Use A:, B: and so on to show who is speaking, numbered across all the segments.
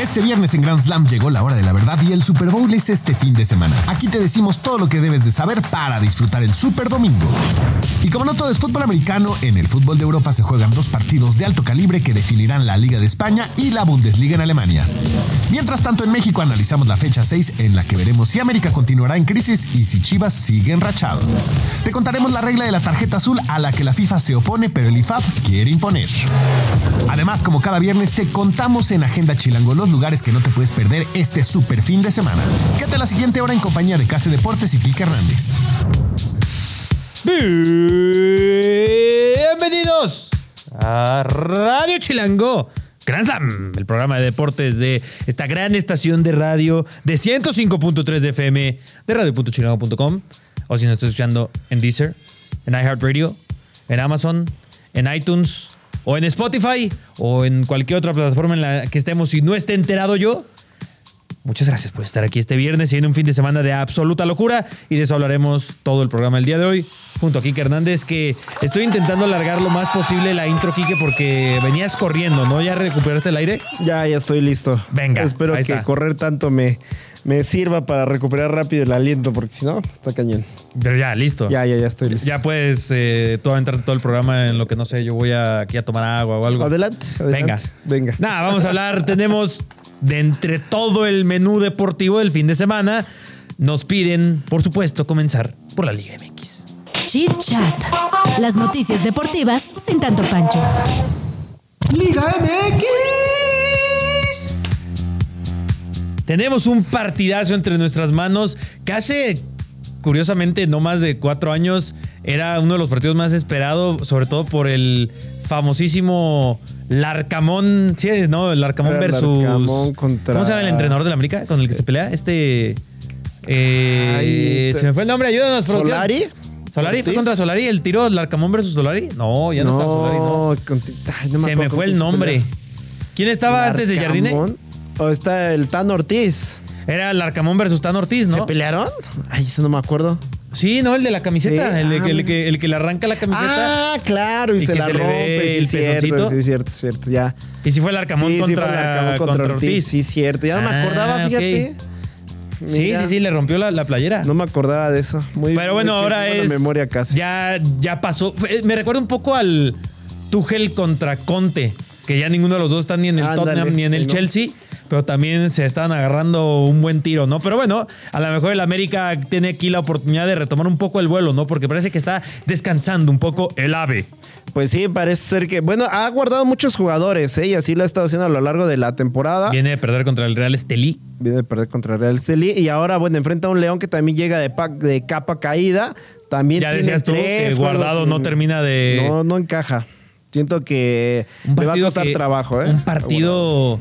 A: Este viernes en Grand Slam llegó la hora de la verdad y el Super Bowl es este fin de semana. Aquí te decimos todo lo que debes de saber para disfrutar el Super Domingo. Y como no todo es fútbol americano, en el fútbol de Europa se juegan dos partidos de alto calibre que definirán la Liga de España y la Bundesliga en Alemania. Mientras tanto, en México analizamos la fecha 6 en la que veremos si América continuará en crisis y si Chivas sigue enrachado. Te contaremos la regla de la tarjeta azul a la que la FIFA se opone pero el IFAB quiere imponer. Además, como cada viernes, te contamos en Agenda Chilango los lugares que no te puedes perder este super fin de semana. Quédate a la siguiente hora en compañía de Case Deportes y Kike Hernández.
B: Bienvenidos a Radio Chilango. Grand Slam, el programa de deportes de esta gran estación de radio de 105.3 de FM de radio.chilango.com o si nos estás escuchando en Deezer, en iHeartRadio, en Amazon, en iTunes o en Spotify o en cualquier otra plataforma en la que estemos y no esté enterado yo. Muchas gracias por estar aquí este viernes. y viene un fin de semana de absoluta locura y de eso hablaremos todo el programa el día de hoy. Junto a Kike Hernández, que estoy intentando alargar lo más posible la intro, Kike, porque venías corriendo, ¿no? ¿Ya recuperaste el aire?
C: Ya, ya estoy listo.
B: Venga,
C: Espero que
B: ahí está.
C: correr tanto me, me sirva para recuperar rápido el aliento, porque si no, está cañón.
B: Pero ya, listo.
C: Ya, ya, ya estoy listo.
B: Ya puedes eh, tú aventarte todo el programa en lo que no sé, yo voy a- aquí a tomar agua o algo.
C: Adelante,
B: Venga.
C: adelante. Venga.
B: Nada, vamos a hablar. Tenemos de entre todo el menú deportivo del fin de semana. Nos piden, por supuesto, comenzar por la Liga MX.
D: Chit Chat. Las noticias deportivas sin tanto pancho.
A: Liga MX.
B: Tenemos un partidazo entre nuestras manos que hace, curiosamente, no más de cuatro años, era uno de los partidos más esperados, sobre todo por el famosísimo Larcamón. Sí, es, ¿no? El Larcamón
C: Era
B: versus.
C: Larcamón contra-
B: ¿Cómo se llama el entrenador del América con el que se pelea? Este. eh,
C: Ay,
B: se me fue el nombre, ayúdanos, producción.
C: ¿Solari?
B: Solari fue
C: Ortiz.
B: contra Solari, el tiro Larcamón versus Solari. No, ya no, estaba Solari, no.
C: conti- ay, no
B: se
C: acuerdo
B: me
C: con
B: fue el
C: quién se
B: nombre.
C: pelea.
B: ¿Quién estaba antes de ¿eh? Jardine?
C: Larcamón. O está el Tan Ortiz.
B: Era Larcamón versus Tan Ortiz, ¿no?
C: ¿Se pelearon? Ay, eso no me acuerdo.
B: Sí, no, el de la camiseta,
C: Sí,
B: el, de que-
C: ah,
B: el que, el que le arranca la camiseta.
C: Ah, claro, y,
B: Y
C: se
B: que
C: la
B: se le ve
C: rompe.
B: el
C: Sí,
B: pezoncito.
C: cierto, sí, cierto, cierto, ya.
B: y si fue el Arcamón
C: sí, sí,
B: contra,
C: fue el Larcamón contra, Ortiz. Sí, cierto. Ya no me
B: Ah,
C: acordaba,
B: ok.
C: fíjate.
B: Sí,
C: Mira.
B: sí, sí, le rompió la, la playera.
C: No me acordaba de eso. Muy,
B: Pero bueno,
C: muy-
B: ahora
C: buena
B: es.
C: memoria casi.
B: Ya, ya pasó. Fue- eh, Me recuerda un poco al Tuchel contra Conte, que ya ninguno de los dos está ni en el
C: Ándale,
B: Tottenham ni en
C: sí,
B: el
C: ¿no?
B: Chelsea. Pero también se estaban agarrando un buen tiro, ¿no? Pero bueno, a lo mejor el América tiene aquí la oportunidad de retomar un poco el vuelo, ¿no? Porque parece que está descansando un poco el ave.
C: Pues sí, parece ser que. Bueno, ha guardado muchos jugadores, ¿eh? Y así lo ha estado haciendo a lo largo de la temporada.
B: Viene de perder contra el Real Estelí.
C: Viene de perder contra Real Celí. Y ahora, bueno, enfrenta a un León que también llega de, pa- de capa caída. También
B: Ya
C: tiene
B: decías tú
C: tres
B: que
C: juegos
B: Guardado no
C: sin-
B: termina de-
C: No, no encaja. Siento que
B: Un
C: le va a
B: partido
C: costar
B: que-
C: trabajo, ¿eh?
B: Un partido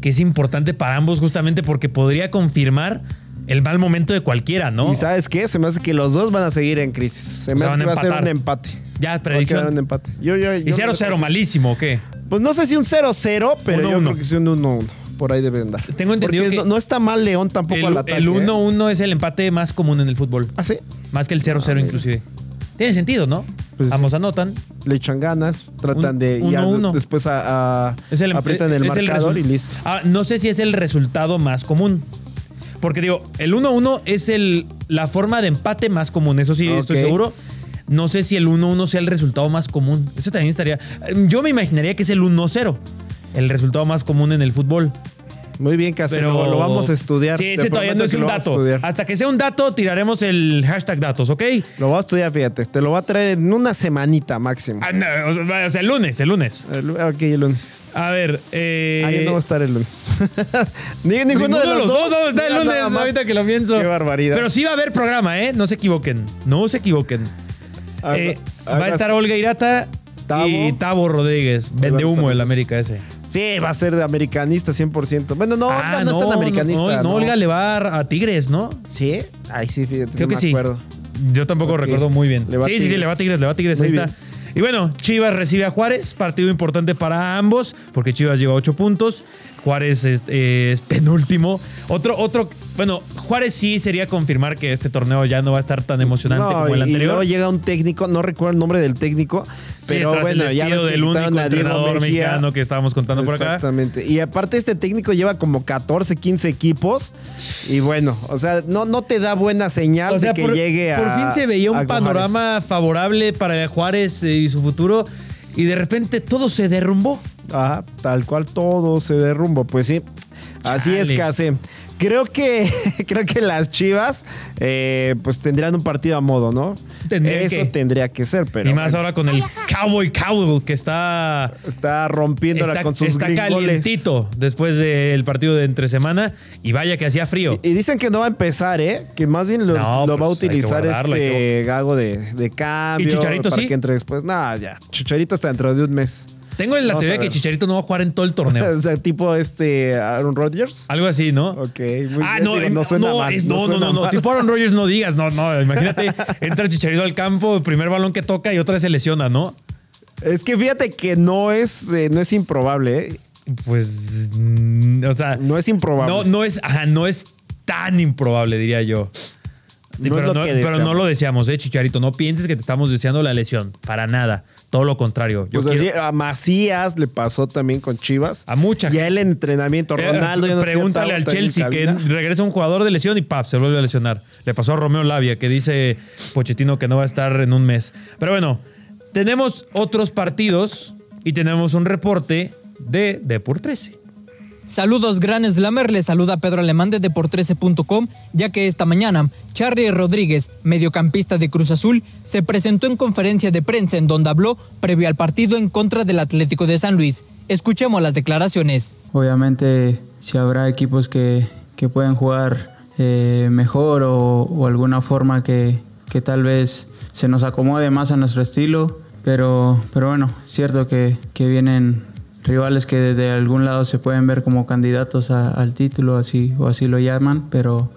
B: que es importante para ambos justamente porque podría confirmar el mal momento de cualquiera, ¿no?
C: Y sabes qué? Se me hace que los dos van a seguir en crisis. Se me
B: sea,
C: hace
B: van a
C: que va a ser
B: empatar.
C: un empate.
B: Ya,
C: Va a quedar un
B: predicción.
C: empate. Yo, yo,
B: Y 0-0, malísimo, ¿o ¿qué?
C: Pues no sé si un 0-0, pero yo
B: 1-1.
C: creo que sí un 1-1. Por ahí debe andar.
B: Tengo entendido
C: Porque
B: que-
C: no, no está mal León tampoco
B: El
C: al ataque.
B: el
C: ¿eh?
B: 1-1 es el empate más común en el fútbol.
C: ¿Ah, sí?
B: Más que el 0-0 inclusive. Tiene sentido, ¿no?
C: Ah, Pues sí.
B: Ambos anotan.
C: Le echan ganas, tratan
B: Un-
C: de... y ya
B: 1-1.
C: después a, a-
B: Es el
C: aprietan el
B: es
C: marcador
B: resu-
C: y listo.
B: Ah, no sé si es el resultado más común. Porque digo, el 1-1 es el, la forma de empate más común, eso sí, estoy
C: Ok.
B: seguro. No sé si el 1-1 sea el resultado más común. Ese también estaría. Yo me imaginaría que es el 1-0, el resultado más común en el fútbol.
C: Muy bien, Casero.
B: Pero
C: lo vamos a estudiar.
B: Sí,
C: Te
B: ese todavía
C: prometo
B: no es
C: que
B: un
C: lo vamos a
B: dato.
C: estudiar.
B: Hasta que sea un dato, tiraremos el hashtag datos, ¿ok?
C: Lo voy a estudiar, fíjate. Te lo va a traer en una semanita máximo.
B: Ah, no, o sea, o sea, el lunes, el lunes.
C: El- ok, el lunes.
B: A ver. Eh,
C: Ahí no va a estar el lunes. Ni, ninguno, de los, dos.
B: no, está el
C: Mira,
B: lunes,
C: nada más.
B: ahorita que lo pienso.
C: Qué barbaridad.
B: Pero sí va a haber programa, ¿eh? No se equivoquen. No se equivoquen.
C: Ah,
B: Eh,
C: ah,
B: va a estar Olga Irata
C: Tavo.
B: y Tavo Rodríguez. Vende
C: van a
B: humo
C: estar
B: el
C: esos.
B: América ese.
C: Sí, va a ser de americanista 100%. Bueno, no,
B: Ah,
C: Olga no, es tan americanista.
B: no, no, Olga le va a a Tigres, ¿no?
C: ¿Sí? Ay, sí, fíjate.
B: Creo
C: no
B: que
C: me
B: sí.
C: acuerdo.
B: Yo tampoco
C: Ok.
B: recuerdo muy bien.
C: Le va a
B: sí, sí, sí,
C: Tigres.
B: le va a Tigres, le va a Tigres.
C: Muy
B: ahí
C: bien.
B: está. Y bueno, Chivas recibe a Juárez. Partido importante para ambos, porque Chivas lleva 8 puntos. Juárez es, eh, es penúltimo. Otro, otro, bueno, Juárez sí sería confirmar que este torneo ya no va a estar tan emocionante
C: No,
B: como el
C: y- y
B: anterior.
C: luego llega un técnico, no recuerdo el nombre del técnico, pero
B: tras
C: bueno,
B: el
C: ya
B: despido
C: ves que
B: del único
C: quitaron a Diego
B: entrenador
C: Mejía.
B: mexicano que estábamos contando por acá.
C: Exactamente. Y aparte este técnico lleva como 14, 15 equipos y bueno, o sea, no, no te da buena señal
B: O sea,
C: de que
B: por,
C: llegue a
B: por fin se veía
C: a
B: un
C: Juárez.
B: panorama favorable para Juárez eh, y su futuro. Y de repente todo se derrumbó.
C: Ajá, Ah, tal cual todo se derrumba, pues sí. Así es,
B: Chale.
C: Case. Creo que, creo que las Chivas eh, pues tendrían un partido a modo, ¿no?
B: Tendrían
C: Eso
B: que.
C: tendría que ser, pero
B: y más
C: bueno,
B: ahora con el Cowboy Cowell que está,
C: está rompiéndola
B: está,
C: con sus
B: está
C: gringoles.
B: calientito después del partido de entre semana. Y vaya que hacía frío.
C: Y dicen que no va a empezar, ¿eh? Que más bien los-
B: No,
C: lo va a
B: pues, hay que
C: utilizar
B: guardarlo, hay que
C: este gago de, de cambio.
B: ¿Y Chicharito
C: para
B: sí?
C: que entre después. No, ya. Chicharito hasta dentro de un mes.
B: Tengo la
C: Vamos
B: teoría
C: a
B: que
C: ver.
B: Chicharito no va a jugar en todo el torneo.
C: o sea, tipo este Aaron Rodgers.
B: Algo así, ¿no?
C: Ok, muy
B: ah,
C: bien,
B: no,
C: digo,
B: eh, no,
C: no suena mal,
B: es-
C: no
B: no, no,
C: suena
B: no, no.
C: mal.
B: Tipo Aaron Rodgers no digas, no, no. Imagínate, entra Chicharito al campo, el primer balón que toca y otra vez se lesiona, ¿no?
C: Es que fíjate que no es, eh, no es improbable, ¿eh?
B: Pues, mm, o sea,
C: No es improbable.
B: no, no es, ajá, no es tan improbable, diría yo.
C: No es
B: pero,
C: lo
B: no,
C: que
B: pero
C: deseamos.
B: no lo deseamos, eh, Chicharito. No pienses que te estamos deseando la lesión. Para nada. Todo lo contrario. Yo
C: Pues
B: quiero-
C: así, a Macías le pasó también con Chivas.
B: A mucha
C: Y el entrenamiento.
B: Eh,
C: Ronaldo. ya nos
B: pregúntale
C: decía,
B: al
C: "Tau, tau, en
B: Chelsea que
C: cabina".
B: regresa un jugador de lesión y pap, se vuelve a lesionar. Le pasó a Romeo Labia que dice Pochettino que no va a estar en un mes. Pero bueno, tenemos otros partidos y tenemos un reporte de Depor 13.
E: Saludos Gran Slammer, le saluda Pedro Alemán de Depor13.com, ya que esta mañana Charlie Rodríguez, mediocampista de Cruz Azul, se presentó en conferencia de prensa en donde habló previo al partido en contra del Atlético de San Luis. Escuchemos las declaraciones.
F: Obviamente, si habrá equipos que, que pueden jugar eh, mejor o, o alguna forma que, que tal vez se nos acomode más a nuestro estilo, pero, pero bueno, cierto que, que vienen rivales que desde algún lado se pueden ver como candidatos a- al título, así, o así lo llaman, pero,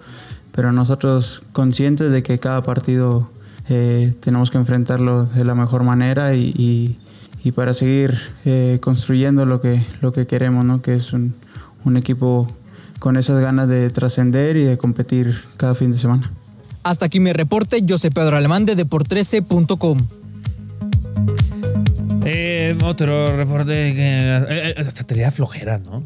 F: pero nosotros conscientes de que cada partido eh, tenemos que enfrentarlo de la mejor manera y- y, y para seguir eh, construyendo lo que, lo que queremos, ¿no? que es un, un equipo con esas ganas de trascender y de competir cada fin de semana.
E: Hasta aquí mi reporte, yo soy Pedro Alemán de Depor13.com.
B: Eh, otro reporte que. eh, eh, hasta te da flojera, ¿no?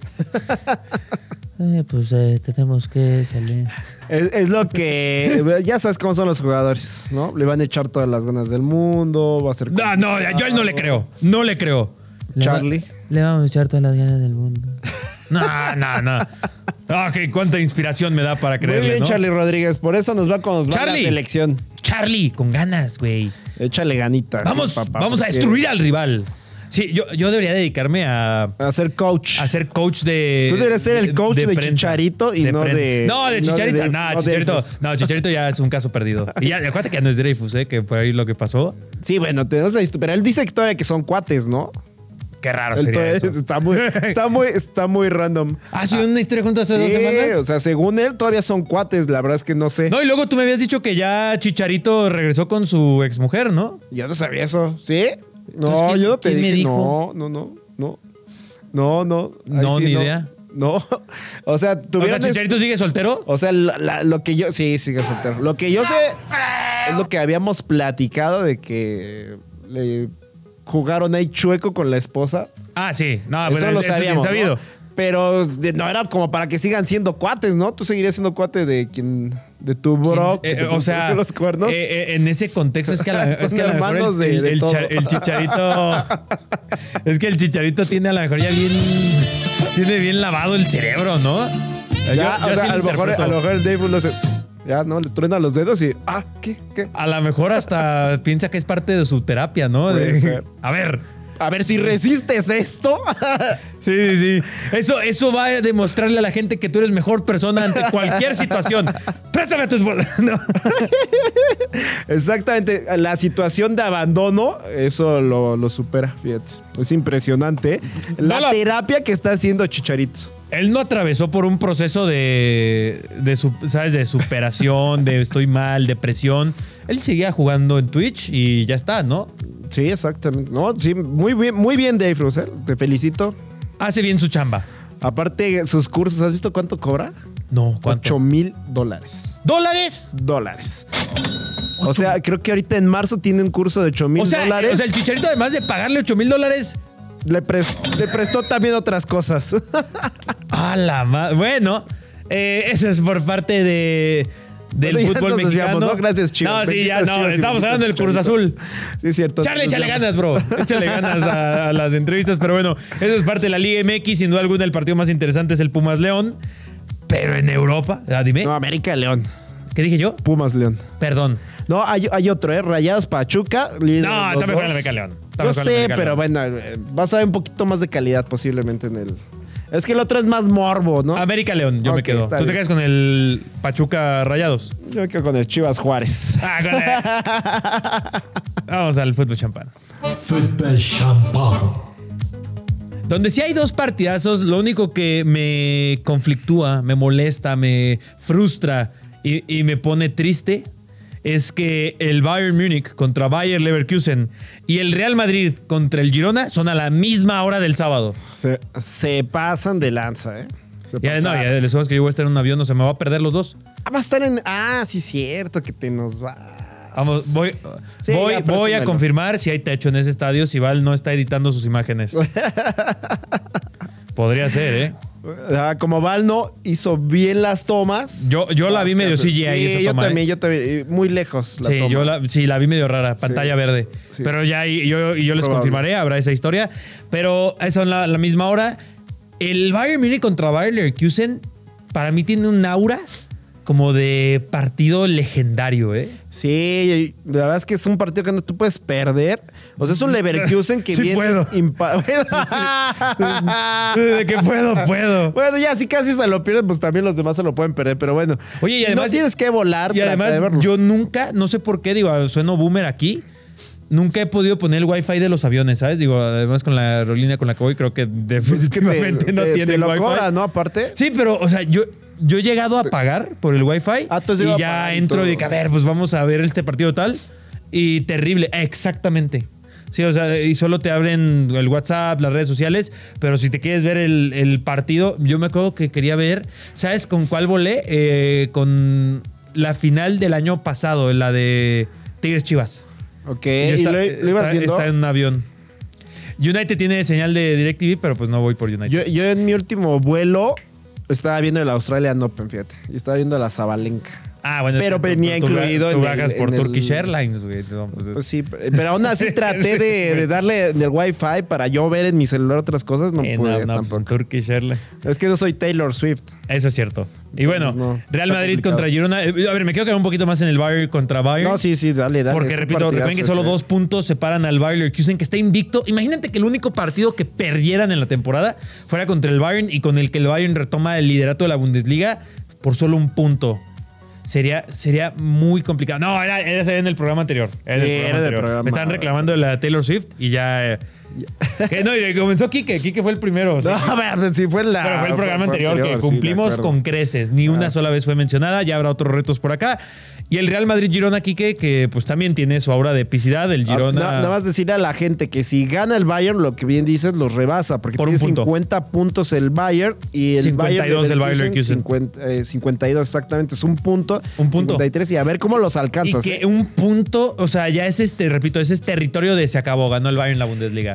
B: Eh, pues eh, tenemos que salir.
C: Es, es lo que. Ya sabes cómo son los jugadores, ¿no? Le van a echar todas las ganas del mundo, va a ser.
B: No, no, yo a él Ah, no le creo. No le creo.
C: Le va- Charlie.
B: Le vamos a echar todas las ganas del mundo. No, no, no. Ah, qué cuánta inspiración me da para
C: Muy
B: creerle,
C: bien,
B: ¿no?
C: Charlie Rodríguez. Por eso nos va con nos va la
B: Charlie.
C: selección.
B: Charlie, con ganas, güey.
C: Échale ganitas.
B: Vamos,
C: sí, papá,
B: vamos a
C: porque-
B: destruir al rival. Sí, yo, yo debería dedicarme a,
C: A ser coach.
B: a ser coach de.
C: Tú deberías ser el coach de
B: prensa.
C: Chicharito y no
B: prensa.
C: de-
B: No, de
C: no de
B: Chicharito.
C: Dreyfus,
B: No,
C: no de
B: Chicharito.
C: Dreyfus.
B: No, Chicharito ya es un caso perdido. Y ya, acuérdate que ya no es Dreyfus, ¿eh? Que por ahí lo que pasó.
C: Sí, bueno, tenemos a Pero él dice que todavía que son cuates, ¿no?
B: Qué raro
C: Él
B: Ah, sería.
C: todavía-
B: eso.
C: está, muy, está, muy, está muy random.
B: ¿Ha sido Ah, una historia junto hace dos
C: Sí,
B: semanas?
C: o sea, según él todavía son cuates. La verdad es que no sé.
B: No, y luego tú me habías dicho que ya Chicharito regresó con su exmujer, ¿no?
C: Yo no sabía eso. ¿Sí?
B: Entonces,
C: No,
B: ¿quién-
C: yo no te
B: quién me
C: dije.
B: dijo?
C: No, no, no, no. No, no. Ahí
B: No, ni idea.
C: No. O sea,
B: O sea,
C: tuvieron. es-
B: Chicharito sigue soltero.
C: O sea, la- la- lo que yo. Sí, sigue soltero. Lo que yo sé es lo que habíamos platicado de que le jugaron ahí chueco con la esposa.
B: Ah, sí. No,
C: eso
B: pero
C: lo
B: es- es bien
C: sabíamos. ¿no?
B: sabido.
C: Pero de- no era como para que sigan siendo cuates, ¿no? Tú seguirías siendo cuate de quien. de tu bro.
B: Eh,
C: que te
B: o sea,
C: puso los cuernos.
B: eh, eh, en ese contexto es que a la,
C: Son
B: es que a lo mejor
C: hermanos de-
B: el,
C: de
B: el
C: todo.
B: cha- el chicharito. es que el chicharito tiene a lo mejor ya bien. Tiene bien lavado el cerebro, ¿no? Eh, Yo-
C: Ya,
B: yo
C: o sea,
B: así
C: a, lo mejor,
B: interpreto.
C: a lo mejor el Dave lo se- Ya, ¿no? Le truena los dedos y. Ah, ¿qué? ¿Qué?
B: A lo mejor hasta piensa que es parte de su terapia, ¿no?
C: Puede
B: De-
C: ser.
B: a ver.
C: A ver si resistes esto.
B: Sí, sí, sí. Eso, eso va a demostrarle a la gente que tú eres mejor persona ante cualquier situación. Préstame a tu esposa. No.
C: Exactamente. La situación de abandono, eso lo, lo supera, fíjate. Es impresionante. ¿eh? La,
B: No la-
C: terapia que está haciendo Chicharito.
B: Él no atravesó por un proceso de, de su- ¿sabes? de superación, de estoy mal, depresión. Él seguía jugando en Twitch y ya está, ¿no?
C: Sí, exactamente. No, sí, muy bien, muy bien, Dave Russell. Te ¿eh? felicito.
B: Hace bien su chamba.
C: Aparte, sus cursos, ¿has visto cuánto cobra?
B: No, ¿cuánto?
C: 8 mil dólares.
B: ¿Dólares?
C: Dólares. O sea, creo que ahorita en marzo tiene un curso de 8
B: O
C: mil
B: sea,
C: dólares.
B: o sea, el chicharito, además de pagarle 8 mil dólares.
C: le, pres- le prestó también otras cosas.
B: A la madre. Bueno, eh, eso es por parte de. Del
C: Bueno, ya
B: fútbol
C: nos
B: mexicano.
C: desviamos, ¿no? Gracias, Chivas.
B: No, sí, ya
C: Benditas
B: no.
C: Chivas y
B: Estamos
C: benditos
B: hablando del Cruz
C: Chorizo.
B: Azul.
C: sí, es cierto.
B: Charlie,
C: Nos
B: échale
C: vemos.
B: ganas, bro. Échale ganas a, a las entrevistas. Pero bueno, eso es parte de la Liga MX. Sin duda alguna, el partido más interesante es el Pumas León. Pero en Europa, ah, dime,
C: No, América León.
B: ¿qué dije yo?
C: Pumas León.
B: Perdón.
C: No, hay, hay otro, ¿eh? Rayados Pachuca. líder
B: No,
C: los
B: está mejor
C: dos.
B: el América León. Está
C: Yo
B: mejor el
C: sé,
B: América
C: pero
B: León.
C: bueno, eh, vas a ver un poquito más de calidad posiblemente en el. Es que el otro es más morbo, ¿no?
B: América León, yo
C: Ok,
B: me quedo.
C: está
B: Tú te
C: bien.
B: quedas con el Pachuca Rayados.
C: Yo creo con el Chivas Juárez.
B: Ah, con el- Vamos al fútbol champán.
G: Football Champagne.
B: Donde sí hay dos partidazos, lo único que me conflictúa, me molesta, me frustra y, y me pone triste es que el Bayern Múnich contra Bayer Leverkusen y el Real Madrid contra el Girona son a la misma hora del sábado.
C: Se, se pasan de lanza, ¿eh? Se
B: Ya, no,
C: pasaron.
B: ya les digo que yo voy a estar en un avión, no se me va a perder los dos.
C: Ah, va a estar en. Ah, sí, cierto, que te nos va.
B: Vamos, voy,
C: Sí,
B: voy,
C: ya,
B: voy a
C: préstamelo.
B: confirmar si hay techo en ese estadio, si Val no está editando sus imágenes. Podría ser, ¿eh?
C: Ah, como Val no hizo bien las tomas.
B: Yo, yo la vi medio
C: Sí,
B: CGI esa
C: yo
B: toma, ¿eh?
C: también, yo también. Muy lejos la
B: sí,
C: toma.
B: yo la, sí, la vi medio rara, pantalla verde.
C: Sí.
B: Pero ya y yo, y yo les
C: Probable.
B: confirmaré, habrá esa historia. Pero esa es la, la misma hora. El Bayern Munich contra Bayern Leverkusen, para mí tiene un aura como de partido legendario, ¿eh?
C: Sí, y la verdad es que es un partido que no tú puedes perder. O sea, es un Leverkusen que
B: Sí
C: viene.
B: puedo.
C: impa-
B: De que puedo, puedo.
C: bueno, ya si casi se lo pierden, pues también los demás se lo pueden perder. Pero bueno,
B: Oye, y
C: si
B: además-
C: no tienes que volar.
B: Y
C: trata de
B: además,
C: verlo.
B: yo nunca, no sé por qué, digo, sueno boomer aquí. Nunca he podido poner el wifi de los aviones, ¿sabes? Digo, además con la aerolínea con la que voy, creo que
C: Pues es que te-
B: definitivamente no
C: te-
B: tiene
C: te
B: el
C: lo
B: wifi.
C: cobra, ¿no? Aparte.
B: Sí, pero, o sea, yo, yo he llegado a pagar por el Wi-Fi
C: Ah, tú has llegado
B: y
C: a
B: ya
C: pagar y
B: entro
C: todo.
B: y de que, a ver, pues vamos a ver este partido tal. Y terrible, exactamente. Sí, o sea, y solo te abren el WhatsApp, las redes sociales, pero si te quieres ver el, el partido, yo me acuerdo que quería ver, ¿sabes con cuál volé? Eh, con la final del año pasado, la de Tigres Chivas.
C: Ok,
B: Y
C: Eh, y
B: está-
C: lo, lo ibas
B: está-
C: viendo.
B: está en un avión. United tiene señal de DirecTV, pero pues no voy por United.
C: Yo, yo en mi último vuelo estaba viendo el Australian Open, fíjate. Y estaba viendo la Zabalenka.
B: Ah, bueno.
C: Pero
B: es que
C: venía
B: tú- tú
C: incluido
B: viajas-
C: en
B: Tú
C: el-
B: viajas por
C: en el-
B: Turkish Airlines, güey. No, pues,
C: Pues sí, pero aún así traté de, de darle del Wi-Fi para yo ver en mi celular otras cosas. No
B: eh, no, no, pues,
C: pude tampoco.
B: Turkish Airlines.
C: Es que no soy Taylor Swift.
B: Eso es cierto. Y bueno,
C: Entonces, no,
B: Real
C: está
B: Madrid
C: complicado.
B: contra Girona. Eh, A ver, me quiero quedar un poquito más en el Bayern contra Bayern.
C: No, sí, sí, dale, dale.
B: Porque,
C: es un
B: repito, recuerden que
C: partidazo
B: solo
C: ese.
B: dos puntos separan al Bayern Leverkusen, que está invicto. Imagínate que el único partido que perdieran en la temporada fuera contra el Bayern y con el que el Bayern retoma el liderato de la Bundesliga por solo un punto. Sería, sería muy complicado. No, era, era en el programa anterior. Era en
C: Sí,
B: el
C: era
B: programa
C: del
B: anterior.
C: programa.
B: Me están reclamando de la Taylor Swift y ya. eh, que no, y comenzó Kike. Kike fue el primero. o sea,
C: No, a ver, pues sí fue la.
B: pero fue el programa
C: fue
B: anterior, que
C: sí, de
B: cumplimos
C: acuerdo.
B: con creces. Ni una sola vez fue mencionada. Ya habrá otros retos por acá. Y el Real Madrid Girona Quique, que pues también tiene su aura de epicidad. El
C: Ah,
B: Girona.
C: na- Nada más decirle a la gente que si gana el Bayern, lo que bien dices, los rebasa. Porque
B: Por un
C: tiene
B: punto.
C: 50 puntos el Bayern y el
B: 52 del Bayer
C: Bayern
B: Leverkusen.
C: 50, eh, 52, exactamente. Es un punto.
B: Un punto.
C: 53. Y a ver cómo los
B: y
C: alcanzas.
B: que
C: ¿eh?
B: un punto, o sea, ya es este, repito, ese es territorio de se acabó, ganó el Bayern la Bundesliga.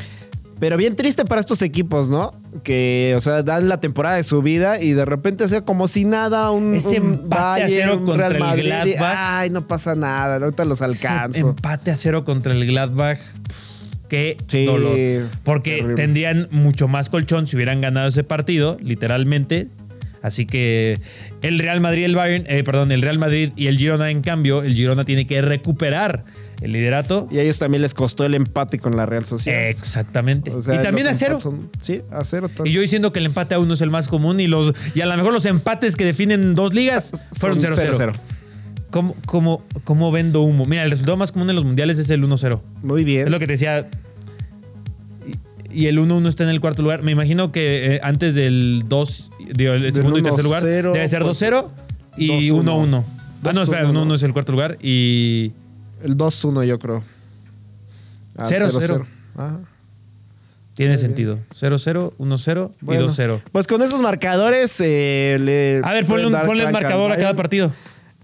C: Pero bien triste para estos equipos, ¿no? Que, o sea, dan la temporada de su vida y de repente sea como si nada un.
B: Ese
C: un
B: empate a cero
C: un
B: contra el
C: y,
B: Gladbach.
C: Ay, no pasa nada. Ahorita los
B: Ese
C: alcanzo.
B: empate a cero contra el Gladbach. pff, Qué
C: Sí,
B: dolor. Porque
C: terrible.
B: tendrían mucho más colchón si hubieran ganado ese partido, literalmente. Así que el Real Madrid, el Bayern, eh, perdón, el Real Madrid y el Girona, en cambio, el Girona tiene que recuperar el liderato.
C: Y a ellos también les costó el empate con la Real Sociedad.
B: Exactamente.
C: O sea,
B: y también a
C: los
B: cero.
C: empates son- sí, a cero.
B: Y
C: también.
B: yo diciendo que el empate a uno es el más común y los y a lo mejor los empates que definen dos ligas fueron
C: Son
B: 0-0.
C: 0-0.
B: ¿Cómo, cómo, cómo vendo humo? Mira, el resultado más común en los mundiales es el 1-0.
C: Muy bien.
B: Es lo que te decía. Y, y el 1-1 está en el cuarto lugar. Me imagino que eh, antes del 2, digo, el
C: Del
B: segundo y tercer lugar,
C: 1-0,
B: debe ser
C: pues,
B: 2-0 y
C: 2-1.
B: 1-1. Ah, no, espera,
C: 2-1,
B: 1-1
C: ¿no?
B: es el cuarto lugar y.
C: El 2-1, yo creo. Ah,
B: 0-0.
C: 0-0. Ajá.
B: Tiene sentido. 0-0, 1-0
C: Bueno,
B: y 2-0.
C: Pues con esos marcadores eh, le
B: A ver,
C: pueden
B: ponle un,
C: dar
B: ponle un
C: tranca al
B: marcador a cada
C: Bayern.
B: partido.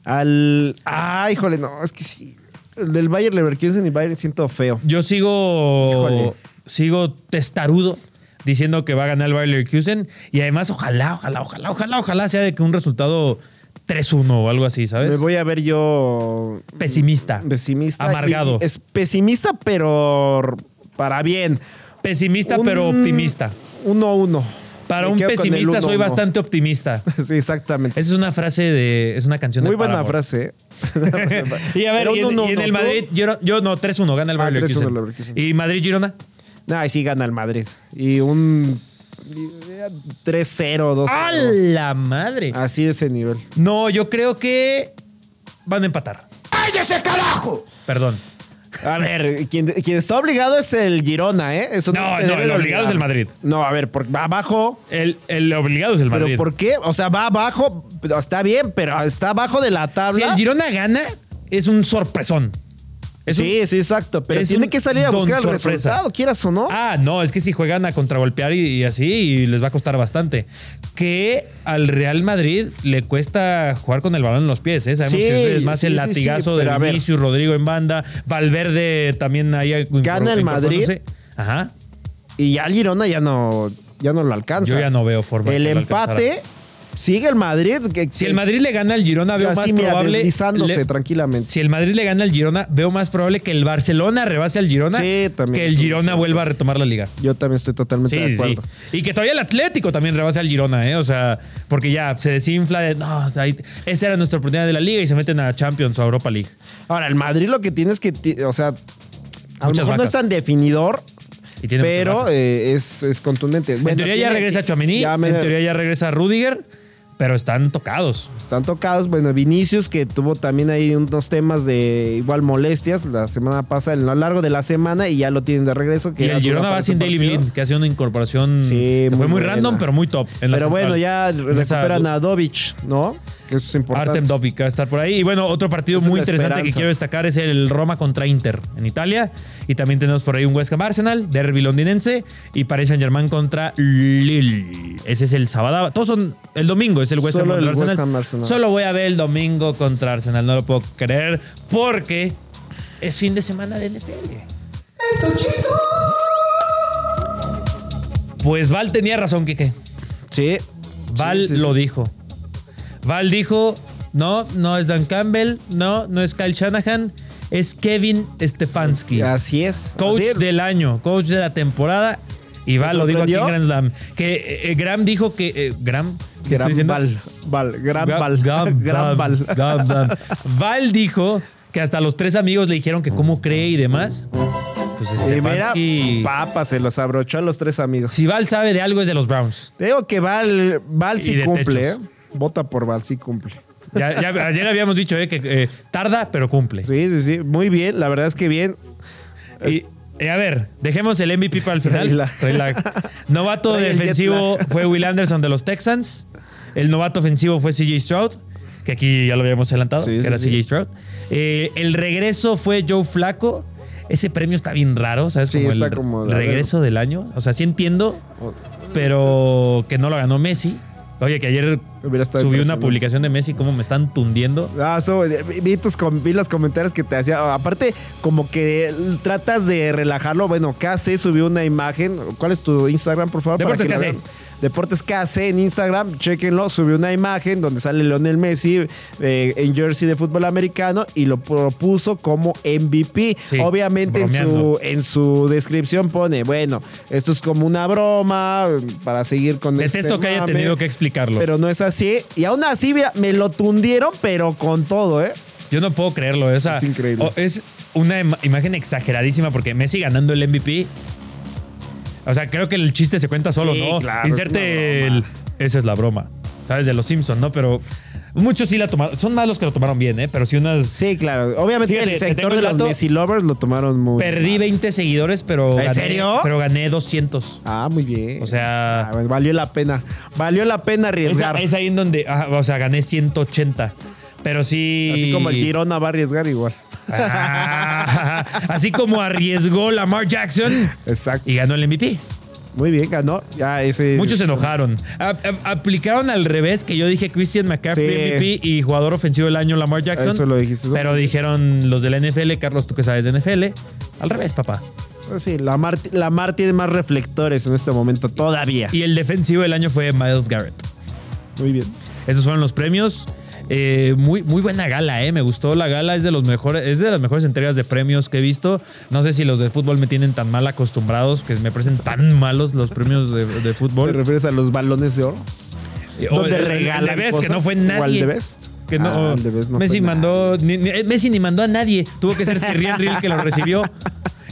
C: Al. Ah, híjole, no, es que sí. El del Bayern Leverkusen y Bayern siento feo.
B: Yo sigo.
C: Híjole.
B: Sigo testarudo diciendo que va a ganar el Bayer Leverkusen. Y además, ojalá, ojalá, ojalá, ojalá, ojalá sea de que un resultado 3-1 o algo así,
C: Me
B: ¿sabes?
C: voy a ver yo
B: Pesimista.
C: pesimista.
B: Amargado.
C: y- Es pesimista, pero para bien.
B: Pesimista,
C: Un-
B: pero optimista.
C: Uno a uno.
B: Para
C: Me
B: un
C: quedo con el
B: pesimista
C: uno a
B: soy
C: uno.
B: bastante optimista.
C: Sí, exactamente.
B: Esa es una frase de. Es una canción
C: Muy
B: de
C: buena
B: Paramore.
C: frase. ¿eh?
B: y a ver,
C: Pero
B: y en,
C: uno, uno,
B: y en
C: uno.
B: el Madrid,
C: ¿Tú?
B: yo, yo no, 3-1, gana el
C: Ah,
B: Bayern
C: 3-1
B: Leverkusen.
C: Leverkusen.
B: Y Madrid-Girona.
C: Nah, y sí gana el Madrid. Y un y- eh, 3-0, 2
B: ¡A la madre!
C: Así de ese nivel.
B: No, yo creo que van a empatar.
C: ¡Cállese, carajo!
B: Perdón.
C: A ver, quien, quien está obligado es el Girona, ¿eh? Eso
B: No,
C: se
B: no,
C: debe
B: el obligado
C: de olvidar.
B: es el Madrid.
C: No, a ver, por, va abajo.
B: El, el obligado es el Madrid.
C: ¿Pero por qué? O sea, va abajo. pero Está bien, pero está abajo de la
B: si el
C: tabla.
B: Girona gana, es un sorpresón. Es un-
C: sí, sí, exacto. Pero
B: es
C: tiene
B: un
C: que salir a
B: don
C: buscar el
B: sorpresa.
C: resultado, quieras o no.
B: Ah, no, es que si juegan a contragolpear y, y así, y les va a costar bastante. Que al Real Madrid le cuesta jugar con el balón en los pies, ¿eh? Sabemos
C: Sí,
B: que ese es más
C: sí,
B: el
C: sí,
B: latigazo
C: sí,
B: de
C: pero a ver.
B: Vinicius, Rodrigo en banda, Valverde también ahí.
C: Gana el
B: incorporándose.
C: Madrid.
B: Ajá.
C: Y ya el Girona ya no, ya no lo alcanza.
B: Yo ya no veo forma de
C: El
B: que lo
C: empate sigue el Madrid. que-
B: Si
C: que-
B: el Madrid le gana al Girona, veo
C: así,
B: más
C: mira,
B: probable.
C: deslizándose
B: le-
C: tranquilamente.
B: si el Madrid le gana al Girona, veo más probable que el Barcelona rebase al Girona
C: Sí, también
B: que el
C: es un
B: Girona
C: cierto.
B: vuelva a retomar la liga.
C: Yo también estoy totalmente
B: Sí,
C: de
B: sí, sí.
C: acuerdo.
B: Y que todavía el Atlético también rebase al Girona, ¿eh? O sea, porque ya se desinfla de. No, o sea, ahí- esa era nuestra oportunidad de la liga y se meten a Champions o a Europa League.
C: Ahora, el Madrid lo que tiene es que, ti- o sea, a lo
B: Muchas
C: mejor no
B: bajas.
C: es tan definidor,
B: Y tiene muchas
C: pero
B: bajas.
C: eh, es, es contundente.
B: en teoría ya regresa Chouameni, en teoría ya regresa Rudiger, pero están tocados.
C: Están tocados. Bueno, Vinicius, que tuvo también ahí unos temas de igual molestias la semana pasada, en lo largo de la semana, y ya lo tienen de regreso. Que
B: Y
C: era
B: el
C: dura
B: Girona
C: para
B: va
C: ese
B: sin Daily
C: partido.
B: Blind, que ha sido una incorporación
C: Sí,
B: que fue muy
C: buena.
B: random, pero muy top. en la
C: Pero bueno,
B: central.
C: ya
B: En esa-
C: recuperan a Dovich, ¿no? Que eso es importante.
B: Artem Dopic va a estar por ahí. Y bueno, otro partido
C: Esa es
B: muy
C: la
B: interesante que
C: esperanza.
B: quiero destacar es el Roma contra Inter en Italia. Y también tenemos por ahí un West Ham Arsenal, derby londinense y Paris Saint Germain contra Lille. Ese es el sábado. Todos son el domingo, es el West Ham
C: Solo
B: contra
C: el West
B: Arsenal.
C: Ham Arsenal.
B: Solo voy a ver el domingo contra Arsenal, no lo puedo creer porque es fin de semana de NFL. Pues Val tenía razón, Kike.
C: Sí.
B: Val
C: Sí, sí, sí.
B: lo dijo. Val dijo, no, no es Dan Campbell, no, no es Kyle Shanahan, es Kevin Stefanski.
C: Así es.
B: Coach
C: Así es.
B: del año, coach de la temporada. Y Val lo dijo aquí en
C: sorprendió?
B: Grand Slam. Que eh, eh, Graham dijo que... eh, Graham... ¿qué estoy
C: Gran
B: diciendo?
C: Val. Val. Gran
B: Ga-
C: Val.
B: Gam-
C: Gran
B: Dam-
C: Val.
B: Gam- Dam. Val dijo que hasta los tres amigos le dijeron que cómo cree y demás. Pues
C: Y mira,
B: Stefanski...
C: papa, se los abrochó a los tres amigos.
B: Si Val sabe de algo es de los Browns.
C: Te digo que Val, Val
B: Y
C: sí
B: de
C: cumple, ¿eh?
B: techos.
C: Vota por Val, sí cumple.
B: Ya, ya- ayer habíamos dicho eh, que eh, tarda, pero cumple.
C: Sí, sí, sí. Muy bien. La verdad es que bien.
B: Y, eh, a ver, dejemos el MVP para el final.
C: Relax.
B: Relax. Novato
C: Trae el
B: defensivo
C: jet lag.
B: fue Will Anderson de los Texans. El novato ofensivo fue CJ Stroud, que aquí ya lo habíamos adelantado,
C: Sí,
B: que
C: sí,
B: era
C: sí.
B: CJ Stroud. Eh, el regreso fue Joe Flaco. Ese premio está bien raro, ¿sabes?
C: Sí,
B: como el
C: está como de-
B: regreso del año. O sea, sí entiendo, pero que no lo ganó Messi. Oye, que ayer
C: Hubiera estado
B: subí una
C: impresionante.
B: publicación de Messi, cómo me están tundiendo.
C: Ah, eso, eh, vi, tus, com- vi los comentarios que te hacía. Aparte, como que tratas de relajarlo. Bueno, KC subió una imagen. ¿Cuál es tu Instagram, por favor?
B: Deportes
C: que la
B: KC.
C: vean? Deportes KC en Instagram. Chequenlo. Subió una imagen donde sale Leonel Messi eh, en jersey de fútbol americano y lo propuso como MVP.
B: Sí,
C: Obviamente en
B: bromeando.
C: su, en su descripción pone, bueno, esto es como una broma para seguir con
B: Detesto que haya
C: Este mame.
B: tenido que explicarlo.
C: Pero no es así. Y aún así, mira, me lo tundieron, pero con todo, ¿eh?
B: Yo no puedo creerlo. Esa,
C: Es increíble.
B: o- es una ima- imagen exageradísima porque Messi ganando el MVP. O sea, creo que el chiste se cuenta solo,
C: Sí,
B: ¿no?
C: claro,
B: Inserte
C: es una
B: el.
C: broma.
B: Esa es la broma. ¿Sabes? De los Simpsons, ¿no? Pero muchos sí la tomaron. Son malos que lo tomaron bien, ¿eh? Pero sí unas.
C: Sí, claro. Obviamente
B: Fíjate,
C: el
B: te
C: sector
B: tengo
C: de
B: el
C: los
B: dato.
C: Messi Lovers lo tomaron muy.
B: Perdí 20 seguidores, pero.
C: ¿En
B: gané-
C: serio?
B: Pero gané 200.
C: Ah, muy bien.
B: O sea-
C: Ah, bueno, valió la pena. Valió la pena
B: Es,
C: arriesgar.
B: es ahí en donde. ajá, o sea, gané 180. Pero sí.
C: Así como el Girona va a arriesgar igual.
B: Ah, así como arriesgó Lamar Jackson
C: Exacto.
B: y ganó el MVP.
C: Muy bien, ganó. Ya ese.
B: Muchos se enojaron. A- a- aplicaron al revés que yo dije Christian McCaffrey
C: Sí.
B: MVP y jugador ofensivo del año Lamar Jackson.
C: Eso lo dijiste tú.
B: Pero dijeron los de la NFL, Carlos, tú que sabes de NFL, al revés, papá.
C: pues Sí, la Mar, la Mar tiene más reflectores en este momento todavía.
B: Y el defensivo del año fue Miles Garrett.
C: Muy bien.
B: Esos fueron los premios. Eh, muy, muy buena gala, eh. Me gustó la gala. Es de los mejores, es de las mejores entregas de premios que he visto. No sé si los de fútbol me tienen tan mal acostumbrados, que me parecen tan malos los premios de, de
C: ¿Te
B: fútbol.
C: refieres a los balones de oro?
B: Eh, O
C: donde
B: el- el
C: regalan
B: de Best, que
C: cosas,
B: no fue
C: o al
B: nadie.
C: de Best.
B: Que no,
C: Ah, al de Best no
B: Messi
C: fue nadie.
B: mandó. Ni, ni- eh, Messi ni mandó a nadie. Tuvo que ser Thierry Henry el que lo recibió.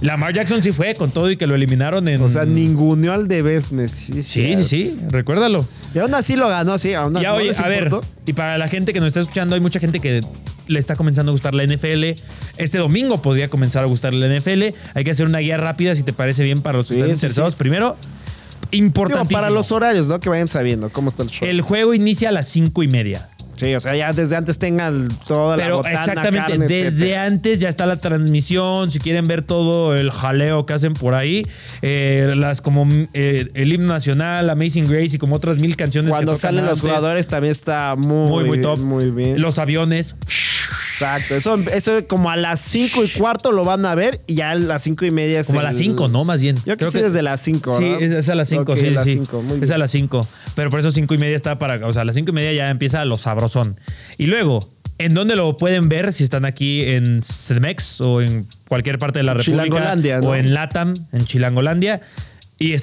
B: Lamar Jackson sí fue con todo y que lo eliminaron en.
C: O sea, ninguneó al de Best, Messi.
B: Mm. Sí, sí, sí. Recuérdalo.
C: Y aún así lo ganó, sí. Aún
B: Ya,
C: no
B: oye,
C: les
B: a ver,
C: importó.
B: y para la gente que nos está escuchando, hay mucha gente que le está comenzando a gustar la NFL. Este domingo podría comenzar a gustar la NFL. Hay que hacer una guía rápida, si te parece bien, para los que
C: Sí,
B: están
C: sí,
B: interesados.
C: sí.
B: Primero,
C: Digo,
B: importantísimo.
C: para los horarios, ¿no? Que vayan sabiendo cómo está el show.
B: el juego inicia a las cinco y media.
C: Sí, o sea, ya desde antes tengan toda la
B: Pero
C: botana,
B: exactamente,
C: carne,
B: desde
C: etcétera.
B: antes ya está la transmisión. Si quieren ver todo el jaleo que hacen por ahí, eh, las como eh, el himno nacional, Amazing Grace y como otras mil canciones. que
C: Cuando
B: tocan
C: salen los
B: antes.
C: jugadores también está muy,
B: Muy, muy top.
C: Muy bien.
B: Los aviones.
C: Exacto. Eso, eso como a las 5 y cuarto lo van a ver y ya a las 5 y media es
B: Como a las
C: el-
B: 5, ¿no? Más bien.
C: Yo creo que sí desde las 5.
B: Sí, es, es a las 5, sí, sí, sí. es a las 5. Pero por eso 5 y media está para. O sea, a las 5 y media ya empieza lo sabrosón. Y luego, ¿en dónde lo pueden ver? Si están aquí en CDMEX o en cualquier parte de la República.
C: Chilangolandia, ¿no?
B: O en LATAM, en Chilangolandia. E Y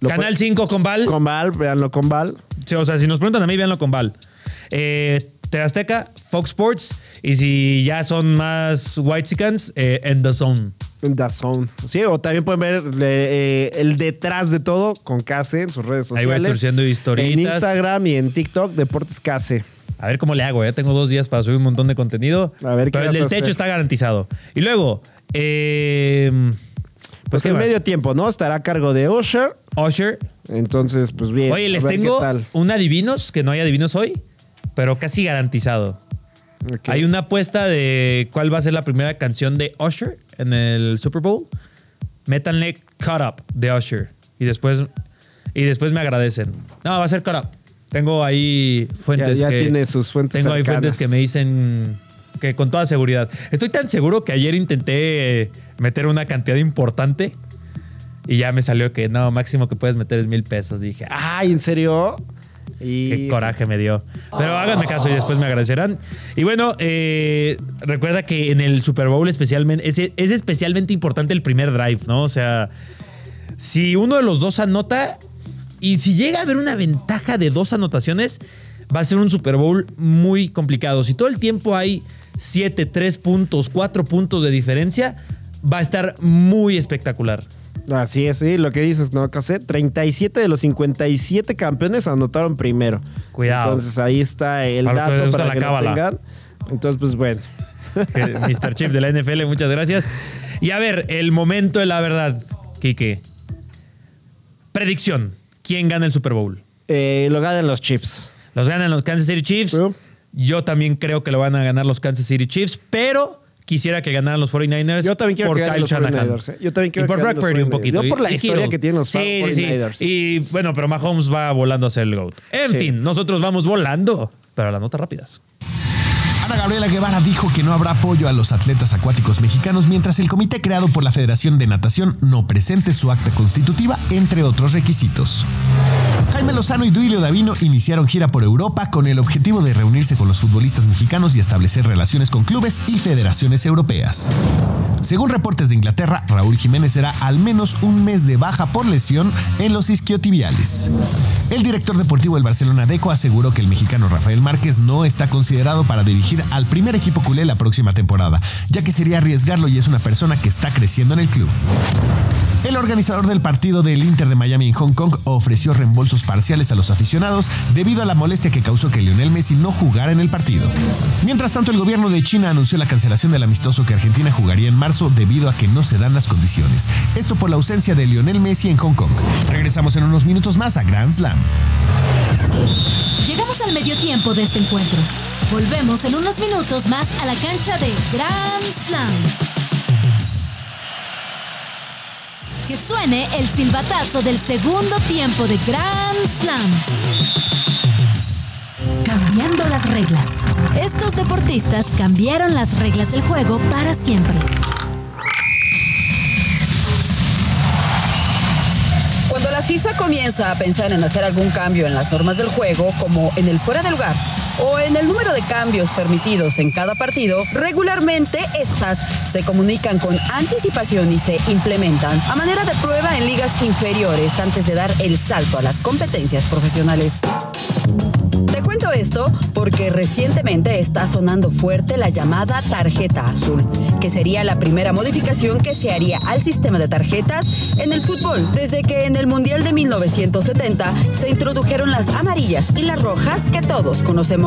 C: Lo
B: Canal
C: puede-
B: 5 con Val.
C: Con Val, véanlo con Val.
B: Sí, O sea, si nos preguntan a mí, véanlo con Val. Eh, TV Azteca, Fox Sports. Y si ya son más White eh, en The Zone.
C: en The Zone. Sí, o también pueden ver eh, eh, el detrás de todo con Case en sus redes
B: Ahí
C: sociales.
B: voy turciando historitas.
C: En Instagram y en TikTok, Deportes Case.
B: A ver cómo le hago, ya tengo dos días para subir un montón de contenido.
C: A ver qué
B: Pero el
C: vas a
B: del techo
C: hacer.
B: está garantizado. Y luego, eh, pues,
C: Pues
B: ¿qué
C: el
B: más?
C: medio tiempo, ¿no? Estará a cargo de Usher.
B: Usher.
C: Entonces, pues bien.
B: Oye,
C: a
B: les
C: ver
B: tengo
C: ¿Qué tal.
B: un adivinos, que no hay adivinos hoy, pero casi garantizado.
C: Ok.
B: Hay una apuesta de cuál va a ser la primera canción de Usher en el Super Bowl. Métanle Cut Up de Usher. Y después, y después me agradecen. No, va a ser Cut Up. Tengo ahí fuentes
C: Ya- ya
B: que-
C: tiene sus fuentes
B: Tengo ahí
C: cercanas.
B: fuentes que me dicen que con toda seguridad. Estoy tan seguro que ayer intenté eh, meter una cantidad importante y ya me salió que no, máximo que puedes meter es mil pesos. Y dije, ah,
C: Ay, ¿en serio? Y...
B: Qué coraje me dio. Pero háganme caso y después me agradecerán. Y bueno, eh, recuerda que en el Super Bowl especialmente, es, es especialmente importante el primer drive, ¿no? O sea, si uno de los dos anota y si llega a haber una ventaja de dos anotaciones, va a ser un Super Bowl muy complicado. Si todo el tiempo hay 7, 3 puntos, 4 puntos de diferencia, va a estar muy espectacular.
C: Así es, sí, lo que dices, ¿no, Case? 37 de los 57 campeones anotaron primero.
B: Cuidado.
C: Entonces ahí está el
B: Para los que les
C: dato
B: gusta
C: para
B: la
C: que lo
B: cábala.
C: tengan. Entonces, pues bueno.
B: Mr. Chip de la NFL, muchas gracias. Y a ver, el momento de la verdad, Quique. Predicción. ¿Quién gana el Super Bowl?
C: Eh, lo ganan los chips.
B: ¿Los ganan los Kansas City Chiefs?
C: Sí.
B: Yo también creo que lo van a ganar los Kansas City Chiefs, pero quisiera que ganaran los 49ers
C: Yo también quiero
B: por
C: que ganen
B: Kyle
C: los
B: Shanahan.
C: 49ers, ¿eh? Yo también
B: y
C: quiero
B: por
C: que
B: Brock
C: ganen los
B: Purdy un
C: 49ers.
B: poquito.
C: Yo por la
B: Y- y
C: historia
B: Kittle.
C: que tienen los
B: Sí, sí,
C: 49ers.
B: sí. Y bueno, pero Mahomes va volando a ser el GOAT. En
C: Sí.
B: fin, nosotros vamos volando para las notas rápidas.
A: Ana Gabriela Guevara dijo que no habrá apoyo a los atletas acuáticos mexicanos mientras el comité creado por la Federación de Natación no presente su acta constitutiva, entre otros requisitos. Jaime Lozano y Duilio Davino iniciaron gira por Europa con el objetivo de reunirse con los futbolistas mexicanos y establecer relaciones con clubes y federaciones europeas. Según reportes de Inglaterra, Raúl Jiménez será al menos un mes de baja por lesión en los isquiotibiales. El director deportivo del Barcelona Deco aseguró que el mexicano Rafael Márquez no está considerado para dirigir al primer equipo culé la próxima temporada, ya que sería arriesgarlo y es una persona que está creciendo en el club. El organizador del partido del Inter de Miami en Hong Kong ofreció reembolsos parciales a los aficionados debido a la molestia que causó que Lionel Messi no jugara en el partido. Mientras tanto, el gobierno de China anunció la cancelación del amistoso que Argentina jugaría en marzo debido a que no se dan las condiciones. Esto por la ausencia de Lionel Messi en Hong Kong. Regresamos en unos minutos más a Grand Slam.
D: Llegamos al medio tiempo de este encuentro. Volvemos en unos minutos más a la cancha de Grand Slam. Que suene el silbatazo del segundo tiempo de Grand Slam. Cambiando las reglas. Estos deportistas cambiaron las reglas del juego para siempre.
H: Cuando la FIFA comienza a pensar en hacer algún cambio en las normas del juego, como en el fuera de lugar o en el número de cambios permitidos en cada partido, regularmente estas se comunican con anticipación y se implementan a manera de prueba en ligas inferiores antes de dar el salto a las competencias profesionales. Te cuento esto porque recientemente está sonando fuerte la llamada tarjeta azul, que sería la primera modificación que se haría al sistema de tarjetas en el fútbol, desde que en el Mundial de 1970 se introdujeron las amarillas y las rojas que todos conocemos.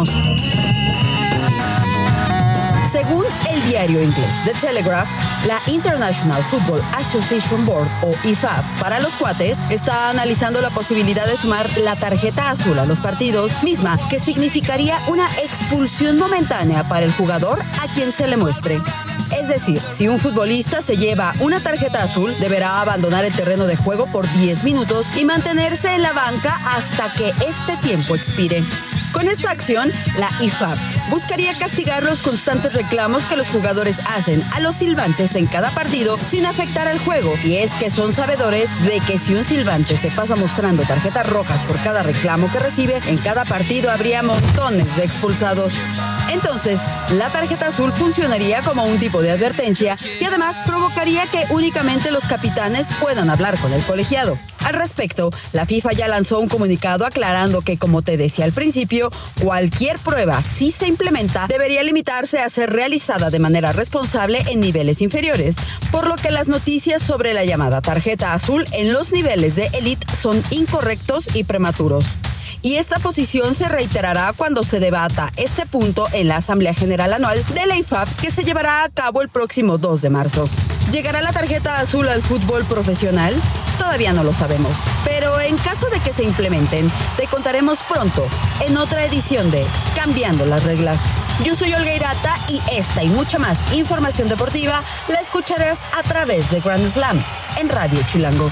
H: Según el diario inglés The Telegraph, la International Football Association Board o IFAB para los cuates está analizando la posibilidad de sumar la tarjeta azul a los partidos, misma que significaría una expulsión momentánea para el jugador a quien se le muestre. Es decir, si un futbolista se lleva una tarjeta azul, deberá abandonar el terreno de juego por 10 minutos y mantenerse en la banca hasta que este tiempo expire. Con esta acción, la IFAB buscaría castigar los constantes reclamos que los jugadores hacen a los silbantes en cada partido sin afectar al juego. Y es que son sabedores de que si un silbante se pasa mostrando tarjetas rojas por cada reclamo que recibe, en cada partido habría montones de expulsados. Entonces, la tarjeta azul funcionaría como un tipo de advertencia y además provocaría que únicamente los capitanes puedan hablar con el colegiado. Al respecto, la FIFA ya lanzó un comunicado aclarando que, como te decía al principio, cualquier prueba, si se implementa, debería limitarse a ser realizada de manera responsable en niveles inferiores, por lo que las noticias sobre la llamada tarjeta azul en los niveles de élite son incorrectos y prematuros y esta posición se reiterará cuando se debata este punto en la Asamblea General Anual de la IFAB que se llevará a cabo el próximo 2 de marzo. ¿Llegará la tarjeta azul al fútbol profesional? Todavía no lo sabemos, pero en caso de que se implementen, te contaremos pronto en otra edición de Cambiando las Reglas. Yo soy Olga Irata y esta y mucha más información deportiva la escucharás a través de Grand Slam en Radio Chilango.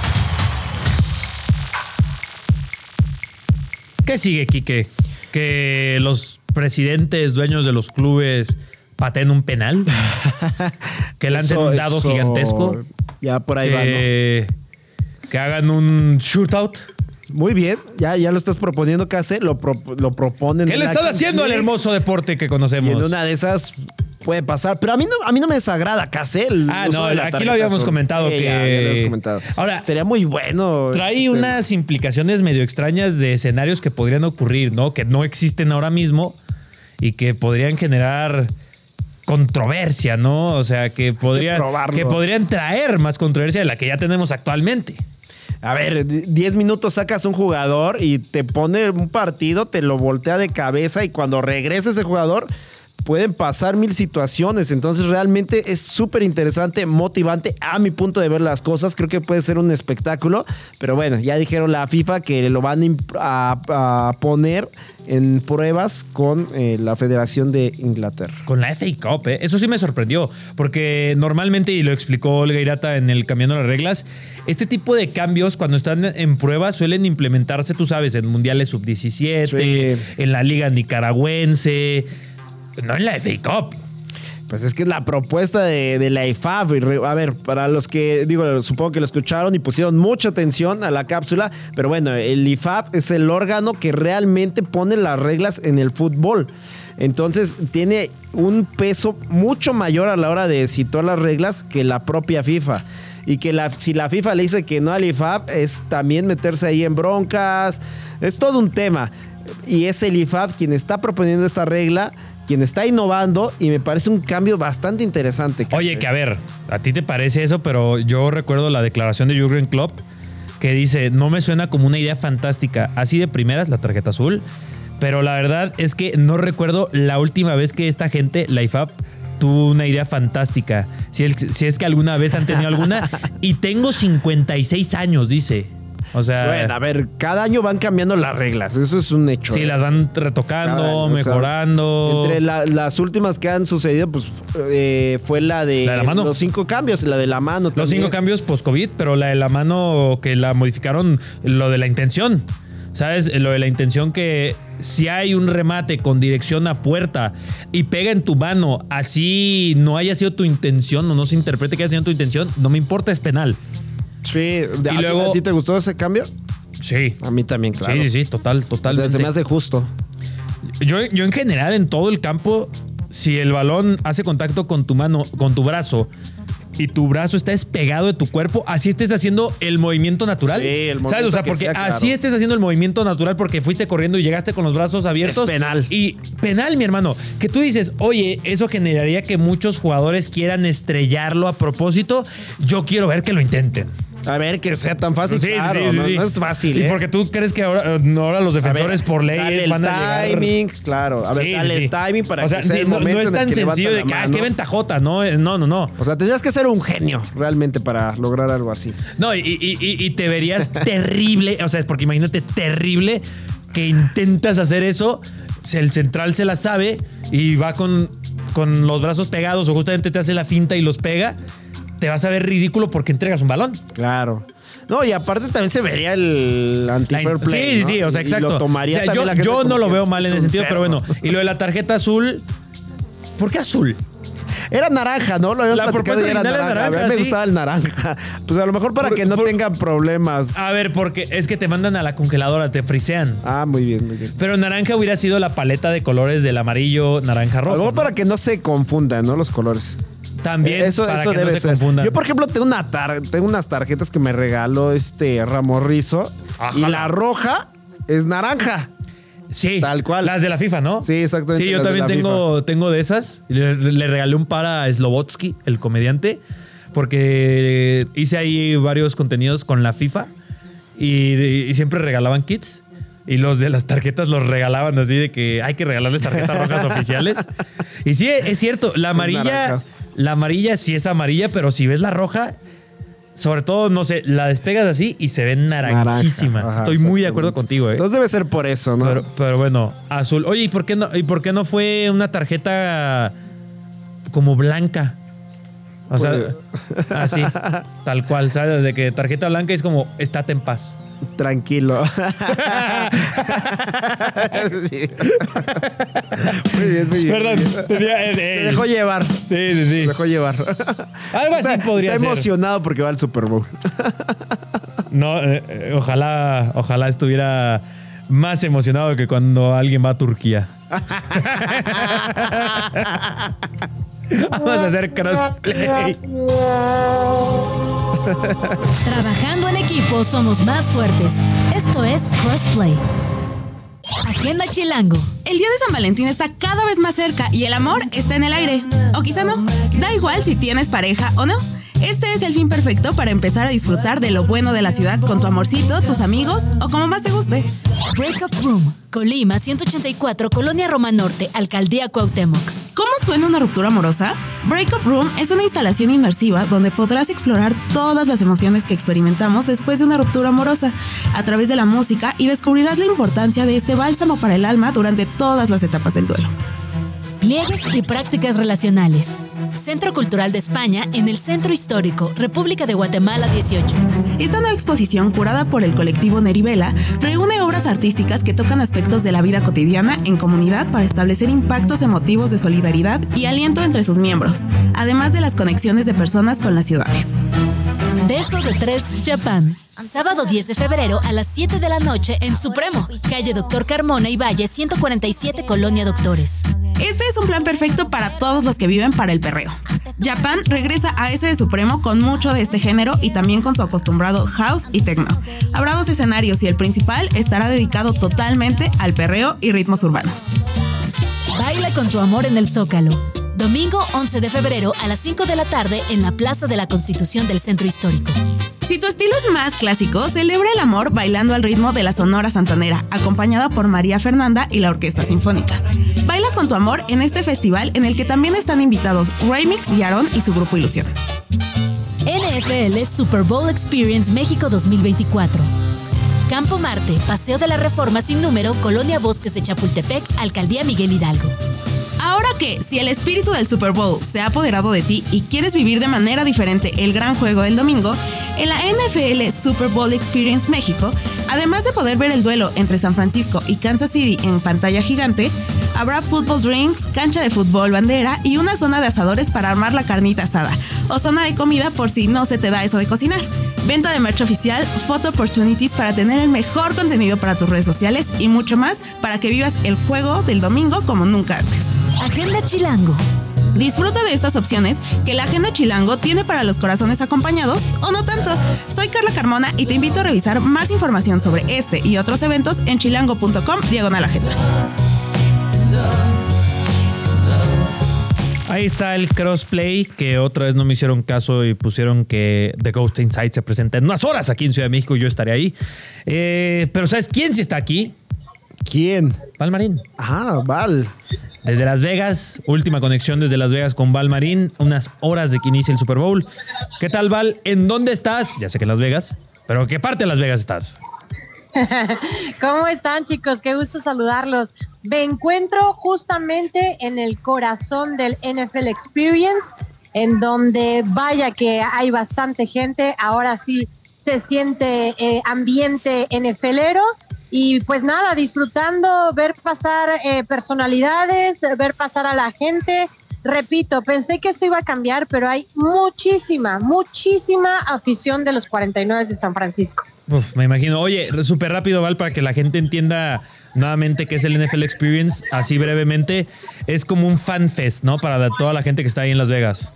B: ¿Qué sigue, Quique? ¿Que los presidentes dueños de los clubes paten un penal? ¿Que lancen
C: Eso-
B: un dado
C: eso-
B: gigantesco? Eh,
C: Ya por ahí va, ¿no?
B: que, que hagan un shootout.
C: Muy bien, ya, ya lo estás proponiendo, Case. Lo, pro- lo proponen.
B: ¿Qué
C: en
B: le
C: la
B: están
C: Kings
B: haciendo al
C: League,
B: hermoso deporte que
C: Y
B: conocemos?
C: en una de esas puede pasar. Pero a mí no, a mí no me desagrada, Case. el
B: Ah,
C: uso
B: no,
C: de la
B: aquí lo
C: tarjeta
B: habíamos comentado
C: Sí,
B: que-
C: ya, ya lo habíamos comentado.
B: Ahora-
C: sería muy bueno.
B: Trae
C: este,
B: unas implicaciones medio extrañas de escenarios que podrían ocurrir, ¿no? Que no existen ahora mismo y que podrían generar controversia, ¿no? O sea, que podrían,
C: probarlo.
B: que podrían traer más controversia de la que ya tenemos actualmente.
C: A ver, 10 minutos sacas un jugador y te pone un partido, te lo voltea de cabeza y cuando regresa ese jugador pueden pasar mil situaciones. Entonces realmente es súper interesante, motivante a mi punto de ver las cosas. Creo que puede ser un espectáculo. Pero bueno, ya dijeron la FIFA que lo van imp- a, a poner en pruebas con eh, la Federación de Inglaterra.
B: Con la FA Cup, ¿eh? eso sí me sorprendió, porque normalmente, y lo explicó Olga Irata en el Cambiando las Reglas, este tipo de cambios cuando están en prueba suelen implementarse, tú sabes, en Mundiales Sub-17,
C: Sí.
B: en la Liga Nicaragüense, no en la FA Cup.
C: Pues es que es la propuesta de, de la IFAB. y re- A ver, para los que, digo, supongo que lo escucharon y pusieron mucha atención a la cápsula, pero bueno, el IFAB es el órgano que realmente pone las reglas en el fútbol. Entonces tiene un peso mucho mayor a la hora de situar las reglas que la propia FIFA. Y que la- si la FIFA le dice que no al IFAB, es también meterse ahí en broncas. Es todo un tema. Y es el IFAB quien está proponiendo esta regla quien está innovando y me parece un cambio bastante interesante. Case.
B: Oye, que a ver, a ti te parece eso, pero yo recuerdo la declaración de Jürgen Klopp que dice, no me suena como una idea fantástica, así de primeras la tarjeta azul, pero la verdad es que no recuerdo la última vez que esta gente, la IFAP, tuvo una idea fantástica, si, el- si es que alguna vez han tenido alguna, y tengo 56 años, dice. O sea,
C: Bueno, a ver, cada año van cambiando las reglas. Eso es un hecho.
B: sí,
C: ¿eh?
B: las van
C: Cada
B: retocando,
C: año, o sea,
B: mejorando.
C: entre la- las últimas que han sucedido, pues eh, fue la de,
B: ¿La de la mano?
C: los cinco cambios, la de la mano.
B: Los
C: también.
B: cinco cambios post-COVID, pero la de la mano que la modificaron, lo de la intención. ¿Sabes? Lo de la intención que si hay un remate con dirección a puerta y pega en tu mano, así no haya sido tu intención o no se interprete que haya sido tu intención, no me importa, es penal.
C: Sí, de-
B: Y
C: ¿a, ti-
B: luego-
C: ¿a ti te gustó ese cambio?
B: Sí.
C: A mí también, claro.
B: Sí, sí, sí, total, total.
C: O sea, se me hace justo.
B: Yo, yo en general, en todo el campo, si el balón hace contacto con tu mano, con tu brazo, y tu brazo está despegado de tu cuerpo, así estés haciendo el movimiento natural.
C: Sí, el movimiento
B: ¿Sabes? O sea,
C: que
B: porque
C: sea, claro.
B: así estés haciendo el movimiento natural porque fuiste corriendo y llegaste con los brazos abiertos.
C: Es penal.
B: Y penal, mi hermano. Que tú dices, oye, eso generaría que muchos jugadores quieran estrellarlo a propósito. Yo quiero ver que lo intenten.
C: A ver, que sea tan fácil.
B: Sí, sí,
C: claro,
B: sí, sí,
C: no,
B: sí.
C: no es fácil.
B: Y
C: ¿eh?
B: porque tú crees que ahora, ahora los
C: A ver,
B: defensores por ley
C: dale el
B: van a llegar-
C: timing, claro. A ver,
B: Sí, sí,
C: dale el
B: sí.
C: timing para
B: o sea,
C: que sea
B: sí,
C: el
B: no, no
C: momento
B: es
C: en el
B: tan
C: que levanta
B: sencilio de
C: la
B: que, ah,
C: mano.
B: qué ventajota. No, eh, no, no, no.
C: O sea, tendrías que ser un genio realmente para lograr algo así.
B: No, y, y- y- y te verías terrible. O sea, es porque imagínate terrible que intentas hacer eso. se- El central se la sabe y va con, con los brazos pegados o justamente te hace la finta y los pega. Te vas a ver ridículo porque entregas un balón.
C: Claro. No, y aparte también se vería el
B: La in-
C: anti-fair play.
B: sí,
C: ¿no?
B: sí, o sea,
C: Y
B: exacto.
C: lo tomaría
B: O sea,
C: también
B: yo
C: la gente
B: yo
C: como
B: no lo
C: que
B: veo
C: es-
B: mal en
C: es
B: ese
C: un
B: sentido, pero
C: cerdo.
B: bueno. Y lo de la tarjeta azul. ¿Por qué azul?
C: Era naranja, ¿no? Lo habíamos
B: La
C: platicado
B: propuesta
C: y era
B: original
C: naranja.
B: era
C: A mí
B: naranja,
C: me
B: sí.
C: gustaba el naranja. Pues a lo mejor para
B: Por- Ah.
C: que no
B: por-
C: tengan problemas.
B: A ver, porque es que te mandan a la congeladora, te frisean.
C: Ah, muy bien, muy bien.
B: Pero naranja hubiera sido la paleta de colores del amarillo, naranja,
C: A lo
B: rojo.
C: mejor
B: ¿no?
C: para que no se confundan, ¿no? Los colores.
B: También
C: eso
B: para
C: eso
B: que
C: debe
B: no se
C: ser.
B: confundan.
C: Yo, por ejemplo, tengo, una tar- tengo unas tarjetas que me regaló este Ramorrizo.
B: Ajá.
C: Y la roja es naranja.
B: sí,
C: tal cual.
B: Las de la FIFA, ¿no?
C: Sí, exactamente,
B: Sí, yo
C: las de
B: también
C: la
B: tengo, tengo de esas. Le, le regalé un par a Slobotsky, el comediante, porque hice ahí varios contenidos con la FIFA y, y siempre regalaban kits. Y los de las tarjetas los regalaban así de que hay que regalarles tarjetas rojas oficiales. Y sí, es cierto, la amarilla,
C: naranja.
B: la amarilla sí es amarilla, pero si ves la roja, Sobre todo, no sé, la despegas así y se ve naranjísima.
C: Naranja. Ajá,
B: Estoy muy de
C: exactamente.
B: acuerdo contigo, eh.
C: Entonces debe ser por eso, ¿no?
B: pero, pero bueno, azul. Oye, ¿y por qué no, y por qué no fue una tarjeta como blanca? O sea,
C: Pues,
B: así, tal cual, ¿sabes? De que tarjeta blanca es como, estate en paz.
C: Tranquilo. Sí. Muy bien, muy bien.
B: Perdón,
C: muy bien.
B: tenía- eh,
C: Se
B: eh,
C: dejó llevar. Se
B: Sí, sí, sí.
C: dejó llevar.
B: Algo así
C: Está-
B: podría
C: Está
B: ser.
C: emocionado porque va al Super Bowl.
B: No, eh, eh, ojalá, ojalá estuviera más emocionado que cuando alguien va a Turquía. Vamos a hacer crossplay.
D: Trabajando en equipo somos más fuertes. Esto es Crossplay. Agenda Chilango.
I: El día de San Valentín está cada vez más cerca y el amor está en el aire. O quizá no. Da igual si tienes pareja o no. Este es el fin perfecto para empezar a disfrutar de lo bueno de la ciudad con tu amorcito, tus amigos o como más te guste.
D: Breakup Room. Colima 184, Colonia Roma Norte, Alcaldía Cuauhtémoc.
I: ¿Cómo suena una ruptura amorosa? Breakup Room es una instalación inmersiva donde podrás explorar todas las emociones que experimentamos después de una ruptura amorosa a través de la música y descubrirás la importancia de este bálsamo para el alma durante todas las etapas del duelo.
D: Pliegues y prácticas relacionales. Centro Cultural de España en el Centro Histórico, República de Guatemala 18.
I: Esta nueva exposición, curada por el colectivo Nerivela, reúne obras artísticas que tocan aspectos de la vida cotidiana en comunidad para establecer impactos emotivos de solidaridad y aliento entre sus miembros, además de las conexiones de personas con las ciudades.
D: Beso de Tres Japan. Sábado 10 de febrero a las 7 de la noche en Supremo, calle Doctor Carmona y Valle 147, Colonia Doctores.
I: Este es un plan perfecto para todos los que viven para el perreo. Japan regresa a ese de Supremo con mucho de este género y también con su acostumbrado house y techno. Habrá dos escenarios y el principal estará dedicado totalmente al perreo y ritmos urbanos.
D: Baila con tu amor en el Zócalo. Domingo 11 de febrero a las 5 de la tarde en la Plaza de la Constitución del Centro Histórico.
I: Si tu estilo es más clásico, celebra el amor bailando al ritmo de la Sonora Santanera, acompañada por María Fernanda y la Orquesta Sinfónica. Baila con tu amor en este festival en el que también están invitados Raymix y Aaron y su grupo Ilusión.
D: NFL Super Bowl Experience México 2024. Campo Marte, Paseo de la Reforma sin número, Colonia Bosques de Chapultepec, Alcaldía Miguel Hidalgo.
I: Ahora que, si el espíritu del Super Bowl se ha apoderado de ti y quieres vivir de manera diferente el gran juego del domingo, en la NFL Super Bowl Experience México, además de poder ver el duelo entre San Francisco y Kansas City en pantalla gigante, habrá football drinks, cancha de fútbol bandera y una zona de asadores para armar la carnita asada o zona de comida por si no se te da eso de cocinar. Venta de merch oficial, photo opportunities para tener el mejor contenido para tus redes sociales y mucho más para que vivas el juego del domingo como nunca antes.
D: Agenda Chilango.
I: Disfruta de estas opciones que la Agenda Chilango tiene para los corazones acompañados o no tanto. Soy Carla Carmona y te invito a revisar más información sobre este y otros eventos en chilango.com diagonal agenda.
B: Ahí está el crossplay, que otra vez no me hicieron caso y pusieron que The Ghost Inside se presenta en unas horas aquí en Ciudad de México y yo estaré ahí. Eh, pero ¿sabes quién sí está aquí?
C: ¿Quién?
B: Palmarín.
C: Ah, Val.
B: Desde Las Vegas, última conexión desde Las Vegas con Val Marín, unas horas de que inicie el Super Bowl. ¿Qué tal, Val? ¿En dónde estás? Ya sé que en Las Vegas, pero ¿en ¿qué parte de Las Vegas estás?
J: ¿Cómo están chicos? Qué gusto saludarlos. Me encuentro justamente en el corazón del NFL Experience, en donde vaya que hay bastante gente, ahora sí se siente eh, ambiente NFLero y pues nada, disfrutando, ver pasar eh, personalidades, ver pasar a la gente. Repito, pensé que esto iba a cambiar, pero hay muchísima, muchísima afición de los 49 de San Francisco.
B: Uf, me imagino. Oye, súper rápido, Val, para que la gente entienda nuevamente qué es el NFL Experience, así brevemente. Es como un fan fest, ¿no? Para la- toda la gente que está ahí en Las Vegas.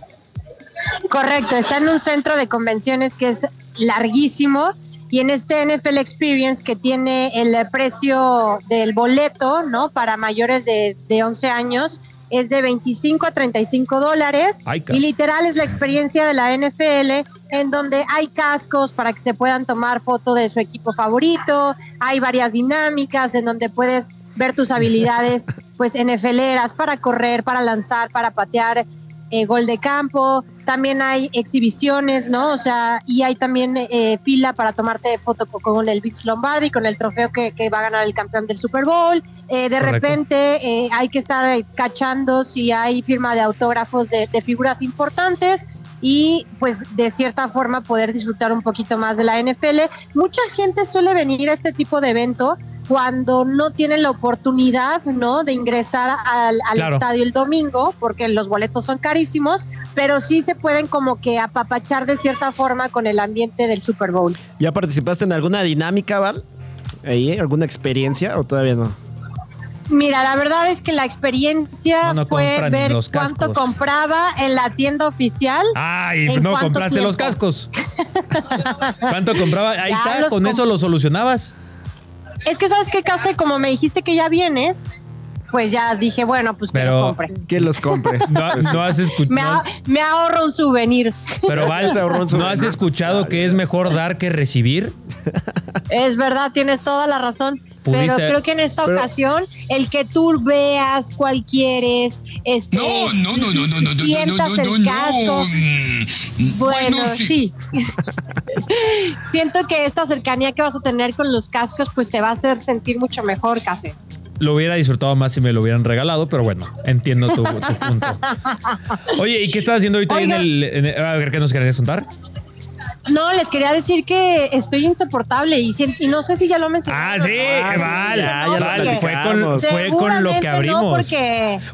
J: Correcto, está en un centro de convenciones que es larguísimo y en este NFL Experience que tiene el eh, precio del boleto, ¿no? Para mayores de, de 11 años es de 25 a 35 dólares
B: Ay, ca-
J: y literal es la experiencia de la NFL en donde hay cascos para que se puedan tomar foto de su equipo favorito, hay varias dinámicas en donde puedes ver tus habilidades pues NFLeras para correr, para lanzar, para patear, eh, gol de campo, también hay exhibiciones, ¿no? O sea, y hay también eh, fila para tomarte foto co- con el Vince Lombardi, con el trofeo que, que va a ganar el campeón del Super Bowl. Eh, de
B: Correcto.
J: repente eh, hay que estar eh, cachando si hay firma de autógrafos de, de figuras importantes y pues de cierta forma poder disfrutar un poquito más de la NFL. Mucha gente suele venir a este tipo de evento cuando no tienen la oportunidad, ¿no? De ingresar al, al
B: Claro.
J: estadio el domingo, porque los boletos son carísimos, pero sí se pueden como que apapachar de cierta forma con el ambiente del Super Bowl.
C: ¿Ya participaste en alguna dinámica, Val? ¿Ahí? ¿Alguna experiencia o todavía no?
J: Mira, la verdad es que la experiencia
B: No, no
J: fue
B: compran
J: ver
B: los
J: cuánto
B: cascos.
J: compraba en la tienda oficial.
B: Ay,
J: ¿En
B: no,
J: cuánto
B: compraste los
J: tiempo?
B: cascos. ¿Cuánto compraba? Ahí
J: Ya
B: está,
J: los
B: con eso
J: comp-
B: lo solucionabas.
J: Es que sabes que casi como me dijiste que ya vienes, pues ya dije, bueno, pues que
B: Pero-
J: lo compre.
C: ¿Quién los compre?
B: No, no has escuchado.
J: Me, ah- me ahorro un souvenir.
B: pero Val,
C: Se ahorró un
B: ¿no has
C: sobrino.
B: escuchado que es mejor dar que recibir?
J: Es verdad, tienes toda la razón.
B: Pudiste-
J: Pero creo que en esta
C: pero-
J: ocasión, el que tú veas cuál quieres, este,
K: No, no, no, no, no, no, no, no,
J: sientas
K: no, no, no,
J: el casco.
K: no. Mm,
J: Bueno, sí.
K: sí.
J: Siento que esta cercanía que vas a tener con los cascos, pues te va a hacer sentir mucho mejor, Case.
B: Lo hubiera disfrutado más si me lo hubieran regalado, pero bueno, entiendo tu, tu punto. Oye, ¿y qué estás haciendo ahorita ahí en
J: Oiga.
B: el, en el- A ver, ¿qué nos querías contar?
J: No, les quería decir que estoy insoportable y, si- y no sé si ya lo mencioné.
B: Ah, sí,
C: Ah, sí,
B: Val.
C: ya, ya lo
B: Val, fue con,
C: platicamos.
B: fue con lo que abrimos.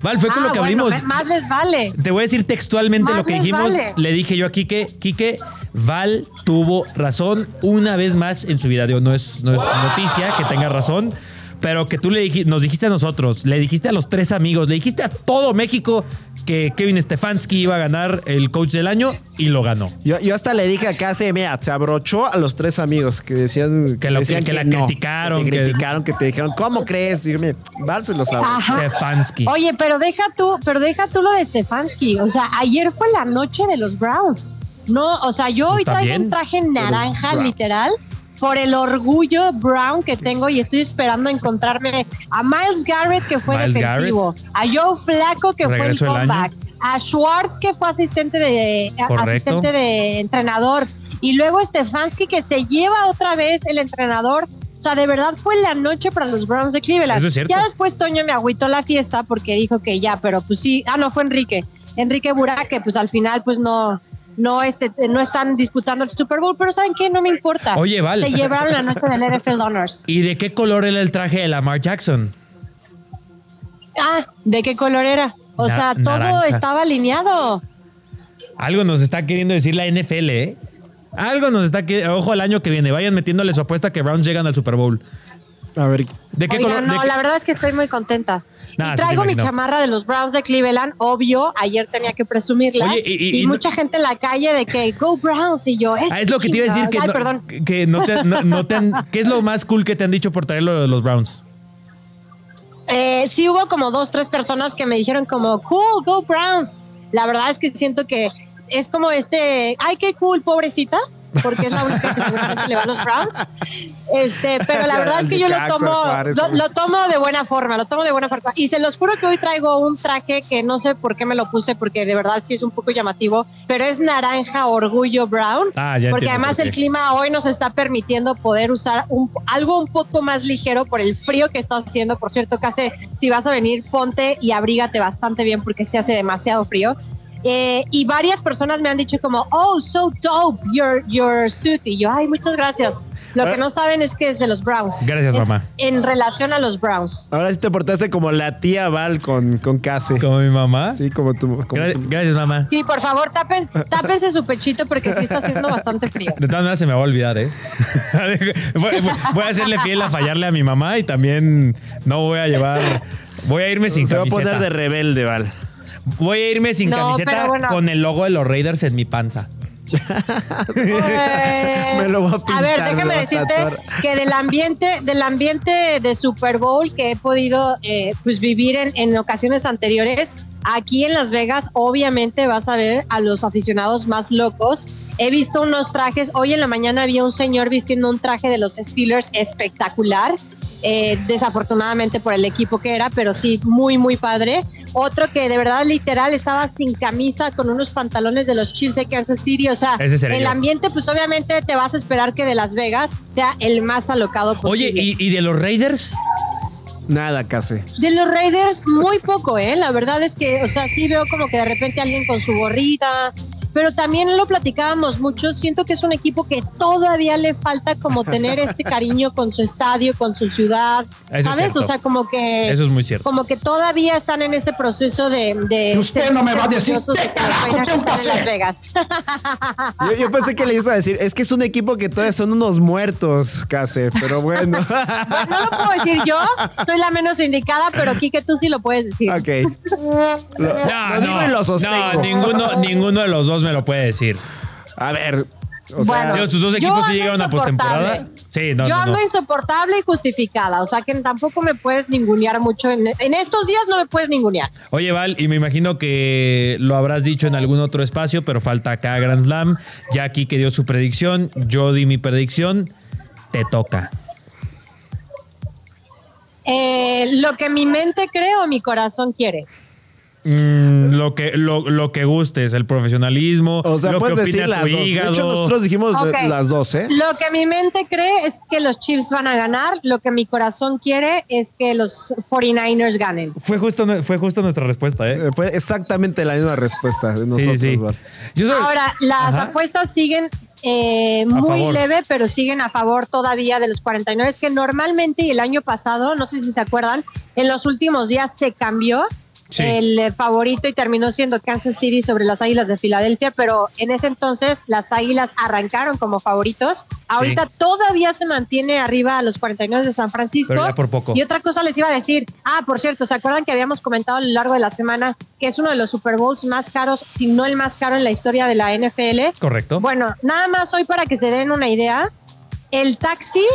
B: Val, fue con
J: Ah,
B: lo que abrimos.
J: más les vale.
B: Te voy a decir textualmente
J: Más
B: lo que
J: les
B: dijimos.
J: vale.
B: Le dije yo a Quique, Quique, Val tuvo razón una vez más en su vida. Digo, no es, no es noticia que tenga razón, pero que tú le dijiste, nos dijiste a nosotros, le dijiste a los tres amigos, le dijiste a todo México que Kevin Stefanski iba a ganar el coach del año y lo ganó.
C: Yo, yo hasta le dije acá, se, mira, se abrochó a los tres amigos que decían
B: Que lo-
C: decían
B: que la criticaron,
C: Que te
B: que-
C: criticaron, que te dijeron, ¿cómo crees? Y yo, mira, Val se lo sabe.
J: Ajá.
B: Stefanski.
J: Oye, pero deja tú, pero deja tú lo de Stefanski. O sea, ayer fue la noche de los Browns. No, o sea, yo hoy
B: Está
J: traigo
B: bien,
J: un traje naranja,
C: Browns.
J: literal, por el orgullo brown que tengo y estoy esperando encontrarme a Miles Garrett, que fue
B: Miles
J: defensivo, a Joe Flaco, que fue el
B: Regreso del año.
J: comeback, a Schwartz, que fue asistente de, a-
B: Correcto.
J: asistente de entrenador, y luego Stefanski, que se lleva otra vez el entrenador sea, de verdad fue la noche para los Browns de Cleveland.
B: Eso es cierto.
J: Ya después Toño me agüitó la fiesta porque dijo que ya, pero pues sí, ah, no, fue Enrique. Enrique Buraque, pues al final, pues no. No, este, no están disputando el Super Bowl, pero ¿saben qué? No me importa.
B: Oye, Val.
J: Se llevaron la noche del NFL Honors.
B: ¿Y de qué color era el traje de Lamar Jackson?
J: Ah, ¿de qué color era? O
B: Na-
J: sea, todo
B: naranja.
J: estaba alineado.
B: Algo nos está queriendo decir la NFL, ¿eh? Algo nos está queriendo. Ojo al año que viene. Vayan metiéndole su apuesta que Browns llegan al Super Bowl.
C: A ver.
B: ¿De qué
J: Oigan,
B: color?
J: no,
B: de qué-
J: la verdad es que estoy muy contenta.
B: Nah,
J: y
B: sí te
J: traigo mi
B: imagino.
J: chamarra de los Browns de Cleveland, obvio, ayer tenía que presumirla.
B: Oye, y- y-
J: y,
B: y no-
J: mucha gente en la calle de que Go Browns y yo.
B: Ah, es lo que te iba a decir que
J: Ay,
B: no,
J: perdón.
B: que no te, no- no te han- ¿Qué es lo más cool que te han dicho por traerlo de los Browns?
J: Eh, sí hubo como dos, tres personas que me dijeron como, cool, go Browns. La verdad es que siento que es como este, ay, qué cool, pobrecita, porque es la única que seguramente le va a los Browns. Este, pero la verdad es que yo lo
C: Necaxa,
J: tomo,
C: Juárez,
J: lo,
C: Juárez.
J: lo tomo de buena forma, lo tomo de buena forma. Y se los juro que hoy traigo un traje que no sé por qué me lo puse, porque de verdad sí es un poco llamativo, pero es naranja orgullo brown.
B: Ah, ya
J: porque
B: entiendo
J: además
B: por
J: el
B: qué.
J: clima hoy nos está permitiendo poder usar un- algo un poco más ligero por el frío que está haciendo. Por cierto, Case, si vas a venir, ponte y abrígate bastante bien porque se hace demasiado frío. Eh, y varias personas me han dicho como, oh, so dope, your, your suit. Y yo, ay, muchas gracias. Lo que no saben es que es de los Browns.
B: Gracias,
J: Es
B: mamá.
J: En relación a los Browns.
C: Ahora sí te portaste como la tía Val con, con Case.
B: Como mi mamá.
C: Sí, como tu. como
B: Gra-
C: tu-
B: gracias, mamá.
J: Sí, por favor, tapen, tápense su pechito porque sí está haciendo bastante frío.
B: De todas maneras se me va a olvidar, ¿eh? voy, voy a hacerle fiel a fallarle a mi mamá y también no voy a llevar. Voy a irme sin
C: Se va a
B: camiseta.
C: poner de rebelde, Val.
B: Voy a irme sin
J: No,
B: camiseta
J: pero bueno.
B: con el logo de los Raiders en mi panza.
J: Eh,
C: Me lo voy a pintar,
J: Pues,
C: me
J: ver,
C: lo
J: déjame
C: voy a
J: decirte
C: tatuar.
J: que del ambiente, del ambiente de Super Bowl que he podido eh, pues vivir en, en ocasiones anteriores, aquí en Las Vegas, obviamente vas a ver a los aficionados más locos. He visto unos trajes. Hoy en la mañana había un señor vistiendo un traje de los Steelers espectacular. eh, desafortunadamente por el equipo que era, pero sí, muy, muy padre. Otro que de verdad literal estaba sin camisa con unos pantalones de los Chiefs de Kansas City. O sea,
B: Ese sería
J: el
B: yo.
J: ambiente, pues obviamente te vas a esperar que de Las Vegas sea el más alocado
B: Oye,
J: posible.
B: ¿y, y de los Raiders?
C: Nada, Case.
J: De los Raiders, muy poco, ¿eh? La verdad es que, o sea, sí veo como que de repente alguien con su gorrita, pero también lo platicábamos mucho. Siento que es un equipo que todavía le falta como tener este cariño con su estadio, con su ciudad,
B: Eso es
J: ¿sabes?
B: cierto.
J: o sea, como que.
B: Eso es muy cierto.
J: Como que todavía están en ese proceso de. de
G: Y usted
J: ser
G: no me va a decir
J: orgullosos
G: qué
J: de que los
G: carajo
J: Raiders
G: tengo que
J: están en Las
G: hacer.
J: Vegas.
C: Yo, yo pensé que le ibas a decir, es que es un equipo que todavía son unos muertos, Case, pero bueno.
J: no lo puedo decir yo, soy la menos indicada, pero Kike, tú sí lo puedes decir.
C: ok. Lo,
B: No,
C: lo digo y lo sostengo.
B: no, ninguno, ninguno de los dos me lo puede decir.
C: A ver. O sea,
J: Bueno,
B: Dios, tus dos
J: yo
B: equipos sí
J: ando
B: llegaron a
J: insoportable.
B: postemporada. Sí, no,
J: yo
B: no,
J: ando
B: no.
J: insoportable y justificada. O sea que tampoco me puedes ningunear mucho. En, en estos días no me puedes ningunear.
B: Oye, Val, y me imagino que lo habrás dicho en algún otro espacio, pero falta acá Grand Slam. Ya aquí que dio su predicción, yo di mi predicción. Te toca.
J: Eh, lo que mi mente cree o mi corazón quiere.
B: Mm, lo, que, lo, lo que gustes, el profesionalismo,
C: o sea,
B: lo que
C: puedes
B: opina
C: decir
B: tu
C: las dos. De hecho,
B: hígado.
C: nosotros dijimos de-
J: Ok.
C: las dos, ¿eh?
J: Lo que mi mente cree es que los Chiefs van a ganar. Lo que mi corazón quiere es que los 49ers ganen.
B: Fue justo, fue justo nuestra respuesta, ¿eh?
C: Eh, Fue exactamente la misma respuesta de
B: Sí,
C: nosotros,
B: sí.
C: Val.
B: Yo soy-
J: Ahora, las
B: Ajá.
J: apuestas siguen eh, muy
B: favor.
J: leve, pero siguen a favor todavía de los 49, que normalmente y el año pasado, no sé si se acuerdan, en los últimos días se cambió
B: Sí.
J: el eh, favorito y terminó siendo Kansas City sobre las Águilas de Filadelfia, pero en ese entonces las Águilas arrancaron como favoritos. Ahorita todavía se mantiene arriba a los 49 de San Francisco.
B: Pero ya por poco.
J: Y otra cosa les iba a decir, ah, por cierto, ¿se acuerdan que habíamos comentado a lo largo de la semana que es uno de los Super Bowls más caros, si no el más caro en la historia de la NFL?
B: Correcto.
J: Bueno, nada más hoy para que se den una idea, el taxi,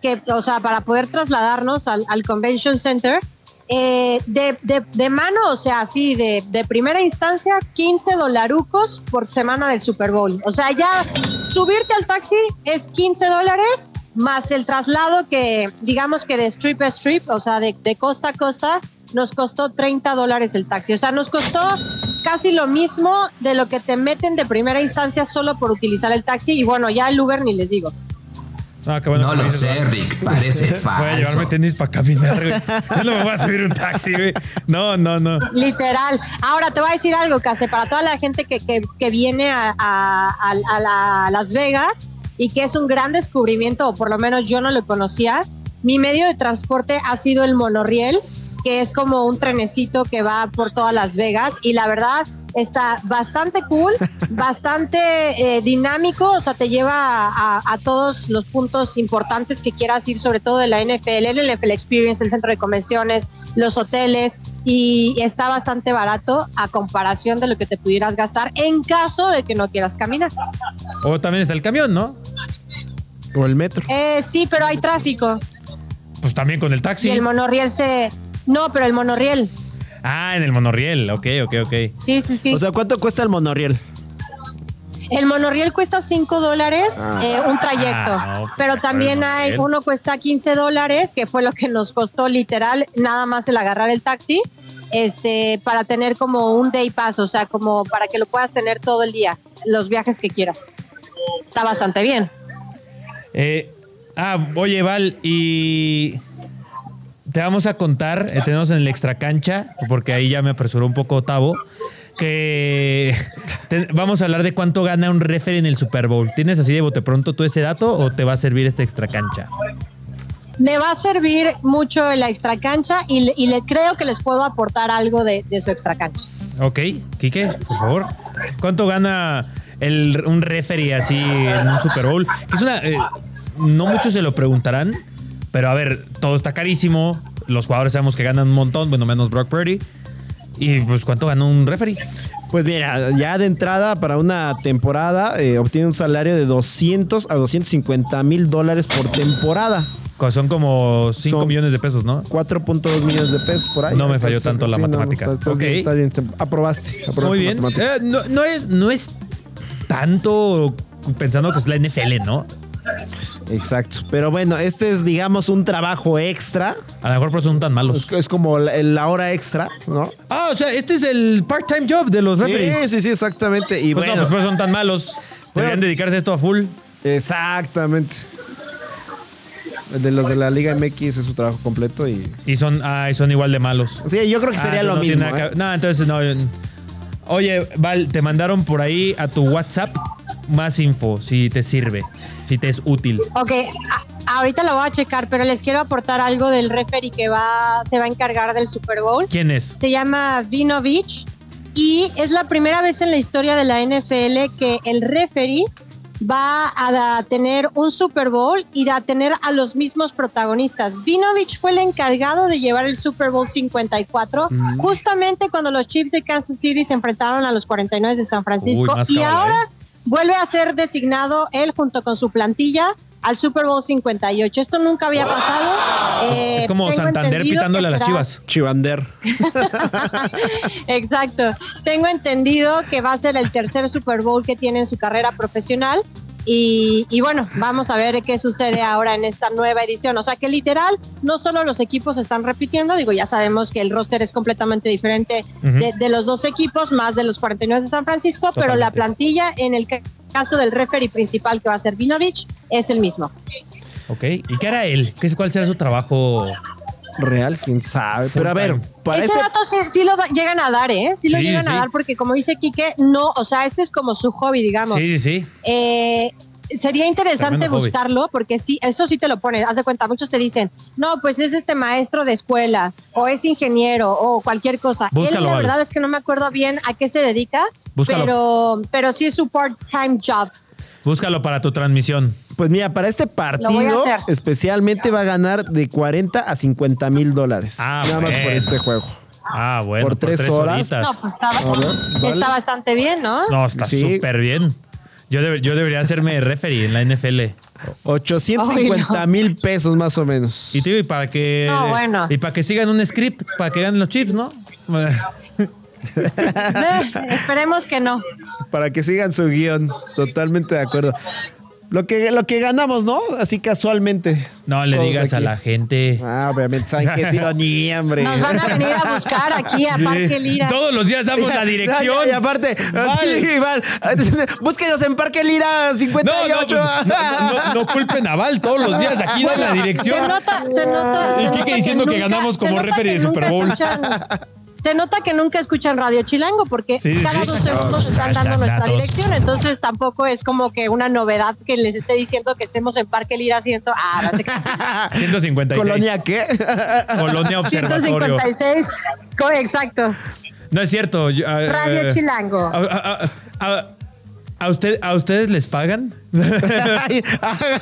J: que, o sea, para poder trasladarnos al, al Convention Center, eh, de, de- de mano, o sea, así, de, de primera instancia, 15 dolarucos por semana del Super Bowl. O sea, ya subirte al taxi es 15 dólares más el traslado que, digamos que de strip a strip, o sea, de, de costa a costa, nos costó 30 dólares el taxi. O sea, nos costó casi lo mismo de lo que te meten de primera instancia solo por utilizar el taxi. Y bueno, ya el Uber ni les digo.
B: Ah, qué bueno
L: No
B: que me
L: lo
B: dices,
L: sé,
B: ¿verdad?
L: Rick, parece
B: Voy a llevarme
L: falso.
B: tenis para caminar, güey. Yo no me voy a subir un taxi, güey. No, no, no.
J: Literal. Ahora te voy a decir algo, Case, para toda la gente que, que- que viene a, a- a- a la- a Las Vegas y que es un gran descubrimiento, o por lo menos yo no lo conocía, mi medio de transporte ha sido el monorriel, que es como un trenecito que va por todas Las Vegas y la verdad está bastante cool, bastante eh, dinámico, o sea, te lleva a, a todos los puntos importantes que quieras ir, sobre todo de la NFL, el NFL Experience, el centro de convenciones, los hoteles, y está bastante barato a comparación de lo que te pudieras gastar en caso de que no quieras caminar.
B: O también está el camión, ¿no?
C: O el metro.
J: Eh, sí, pero hay tráfico
B: Pues también con el taxi.
J: y el monorriel se... No, pero el monorriel,
B: Ah, en el monorriel. Ok, ok, ok.
J: sí, sí, sí.
C: O sea, ¿cuánto cuesta el monorriel?
J: El monorriel cuesta 5 dólares
C: Ah.
J: eh, un trayecto,
C: Ah, no, pues,
J: pero
C: claro,
J: también
C: el
J: hay
C: monorriel.
J: uno cuesta 15 dólares, que fue lo que nos costó literal nada más el agarrar el taxi, este, para tener como un day pass, o sea, como para que lo puedas tener todo el día, los viajes que quieras. Está bastante bien.
B: Eh, ah, oye, Val, y te vamos a contar, eh, tenemos en el extra cancha, porque ahí ya me apresuró un poco Tavo, que te- vamos a hablar de cuánto gana un referee en el Super Bowl. ¿Tienes así de bote pronto tú ese dato o te va a servir este extra cancha?
J: Me va a servir mucho la extra cancha y, le- y le, creo que les puedo aportar algo de, de su extra cancha.
B: Ok, Quique, por favor. ¿Cuánto gana el- un referee así en un Super Bowl? Que es una, eh, no muchos se lo preguntarán, pero a ver, todo está carísimo. Los jugadores sabemos que ganan un montón, bueno, menos Brock Purdy. ¿Y pues cuánto gana un referee?
C: Pues mira, ya de entrada para una temporada eh, obtiene un salario de 200 a 250 mil dólares por temporada.
B: Co- Son como 5
C: Son-
B: millones de pesos, ¿no?
C: 4.2 millones de pesos por ahí.
B: No me falló tanto la matemática.
C: está- está
B: Ok.
C: bien, está bien, está- aprobaste. aprobaste
B: Muy bien. Eh,
C: matemáticas.
B: no, no es, no es tanto pensando que es la NFL, ¿no? Eh.
C: Exacto. Pero bueno, este es, digamos, un trabajo extra.
B: A lo mejor por eso son tan malos.
C: Es, es como la, la hora extra, ¿no?
B: Ah, o sea, este es el part-time job de los referees.
C: Sí, sí, sí, exactamente. Y
B: Pues no,
C: bueno,
B: pues por eso son tan malos. Deberían dedicarse a esto a full.
C: exactamente. El de los de la Liga MX es su trabajo completo y.
B: Y son, ay, son igual de malos.
C: Sí, yo creo que
B: Ah,
C: sería
B: entonces
C: lo
B: no tiene
C: mismo.
B: nada
C: ¿eh?
B: que- No, entonces no. Oye, Val, te mandaron por ahí a tu WhatsApp más info, si te sirve, si te es útil.
J: Ok, a- ahorita la voy a checar, pero les quiero aportar algo del referee que va, se va a encargar del Super Bowl.
B: ¿Quién es?
J: Se llama Vinovich y es la primera vez en la historia de la NFL que el referee va a da- tener un Super Bowl y a tener a los mismos protagonistas. Vinovich fue el encargado de llevar el Super Bowl 54
M: Mm.
J: justamente cuando los Chiefs de Kansas City se enfrentaron a los 49 de San Francisco
M: Uy, más
J: y
M: cábala,
J: ahora
M: ¿eh?
J: vuelve a ser designado él junto con su plantilla al Super Bowl 58. Esto nunca había pasado. Eh,
B: es como
J: tengo
B: Santander
J: entendido
B: pitándole
J: que
B: a las
J: será-
B: chivas.
C: Chivander.
J: Exacto. Tengo entendido que va a ser el tercer Super Bowl que tiene en su carrera profesional. Y, y bueno, vamos a ver qué sucede ahora en esta nueva edición. O sea que literal, no solo los equipos están repitiendo, digo, ya sabemos que el roster es completamente diferente
M: Ujú.
J: de, de los dos equipos, más de los 49 de San Francisco, pero la
M: Totalmente.
J: plantilla en el ca- caso del referee principal que va a ser Vinovich es el mismo.
B: Ok. ¿Y qué hará él? ¿Qué- ¿Cuál será su trabajo?
C: Real, quién sabe. Pero a ver, para
J: ese
C: este-
J: dato sí, sí lo va- llegan a dar, ¿eh? Sí lo
C: Sí,
J: llegan
C: sí.
J: a dar porque como dice Quique, no, o sea, este es como su hobby, digamos.
B: Sí, sí, sí.
J: Eh, sería interesante
B: Tremendo hobby.
J: buscarlo porque sí, eso sí te lo ponen. Haz de cuenta, muchos te dicen, no, pues es este maestro de escuela o es ingeniero o cualquier cosa.
B: Búscalo,
J: Él la
B: Val.
J: verdad es que no me acuerdo bien a qué se dedica,
B: Búscalo.
J: pero pero sí es su part-time job.
B: Búscalo para tu transmisión.
C: Pues mira, para este partido
J: hacer.
C: especialmente va a ganar de 40 a 50 mil dólares.
B: Ah,
C: nada más por
B: bueno.
C: este juego.
B: Ah, bueno.
C: Por tres horas.
B: horitas.
J: No, pues está,
C: A ver, vale.
J: está bastante bien, ¿no?
B: No, está
C: Sí.
B: súper bien. Yo, debe- yo debería hacerme referee en la NFL.
C: 850 mil pesos más o menos.
B: Y tío, y para que.
J: No, bueno.
B: Y para que sigan un script, para que ganen los chips, ¿no?
J: Eh, esperemos que no.
C: Para que sigan su guión. Totalmente de acuerdo. Lo que, lo que ganamos, ¿no? Así casualmente.
B: No le
C: Todos
B: digas a
C: aquí.
B: la gente.
C: Ah, obviamente, ¿saben qué es ironía, hombre?
J: Nos van a venir a buscar aquí a
B: Sí.
J: Parque Lira.
B: Todos los días damos la dirección.
C: Y aparte, sí, Val, búsquenos en Parque Lira
B: No, no,
C: 58.
B: pues, no, no, no, no culpen a Val todos los días aquí dan la dirección.
J: Se nota, se nota.
B: Y
J: se
B: Kike
J: nota
B: diciendo que
J: nunca-
B: ganamos
J: se
B: como
J: nota
B: referee
J: que
B: de Super
J: nunca
B: Bowl.
J: escuchan- se nota que nunca escuchan Radio Chilango porque
B: Sí,
J: cada
B: sí.
J: dos segundos están dando nuestra
B: Datos.
J: dirección. Entonces pues, tampoco es como que una novedad que les esté diciendo que estemos en Parque Lira ciento, ah, no sé qué.
B: 156.
C: ¿Colonia qué?
B: Colonia Observatorio.
J: 156. co- Exacto.
B: No es cierto. yo- ah,
J: Radio
B: eh,
J: Chilango.
B: A, a- a- a- a usted, ¿A ustedes les pagan?
C: Ay, ah,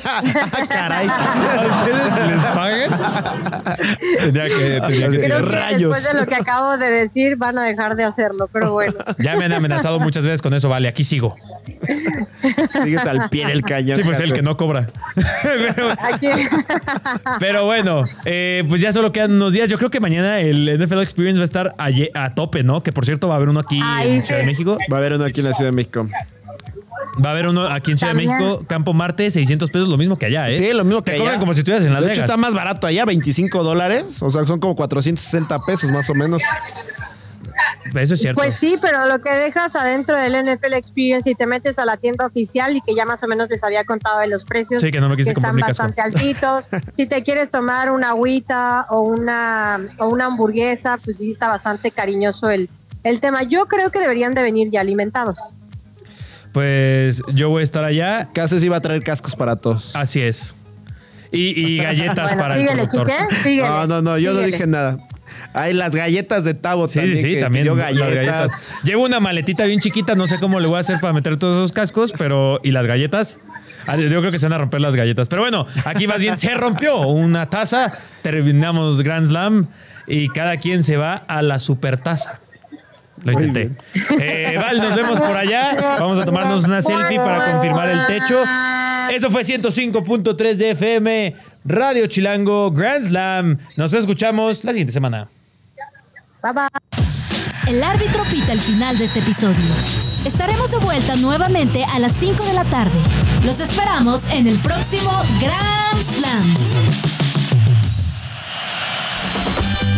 C: Caray.
B: ¿A ustedes les pagan? Tenía que, tenía que
J: Creo
B: tirar.
J: que
C: Rayos.
J: después de lo que acabo de decir van a dejar de hacerlo, pero bueno.
B: Ya me han amenazado muchas veces con eso, vale, aquí sigo.
C: Sigues al pie del cañón.
B: Sí, pues el que
C: Jaco.
B: no cobra. Pero-
J: Aquí.
B: Pero bueno, eh, pues ya solo quedan unos días. Yo creo que mañana el NFL Experience va a estar a, ye- a tope, ¿no? Que por cierto va a haber uno aquí
J: Ay,
B: en Ciudad de
J: sí.
B: México.
C: Va a haber uno aquí en la Ciudad de México.
B: Va a haber uno aquí en Ciudad
J: También.
B: de México, Campo Marte, 600 pesos, lo mismo que allá, ¿eh?
C: Sí, lo mismo
B: Te
C: que allá.
B: cobran como si estuvieras en Las
C: de
B: Vegas.
C: hecho, está más barato allá, 25 dólares. O sea, son como 460 pesos más o menos.
B: Eso es cierto.
J: Pues sí, pero lo que dejas adentro del NFL Experience y te metes a la tienda oficial y que ya más o menos les había contado de los precios,
B: Sí, que no me quisiste comprar
J: están
B: mi casco.
J: bastante altitos. si te quieres tomar una agüita o una, o una hamburguesa, pues sí está bastante cariñoso el, el tema. Yo creo que deberían de venir ya alimentados.
B: Pues yo voy a estar allá.
C: Cases iba a traer cascos para todos.
B: Así es. Y, y galletas
J: Bueno,
B: para
J: síguele,
B: el conductor.
J: Quique, síguele.
C: No, no, no, yo no
J: síguele.
C: dije nada. Hay las galletas de Tabo
B: Sí, sí,
C: también.
B: sí,
C: que
B: también.
C: pidió
B: las
C: galletas.
B: galletas. Llevo una maletita bien chiquita, no sé cómo le voy a hacer para meter todos esos cascos, pero. ¿Y las galletas? Ah, Yo creo que se van a romper las galletas. Pero bueno, aquí más bien se rompió una taza, terminamos Grand Slam y cada quien se va a la super taza. Lo
C: Muy
B: intenté. Eh, Val, nos vemos por allá. Vamos a tomarnos una selfie para confirmar el techo. Eso fue 105.3 de FM, Radio Chilango, Grand Slam. Nos escuchamos la siguiente semana.
J: Bye bye.
D: El árbitro pita el final de este episodio. Estaremos de vuelta nuevamente a las 5 de la tarde. Los esperamos en el próximo Grand Slam.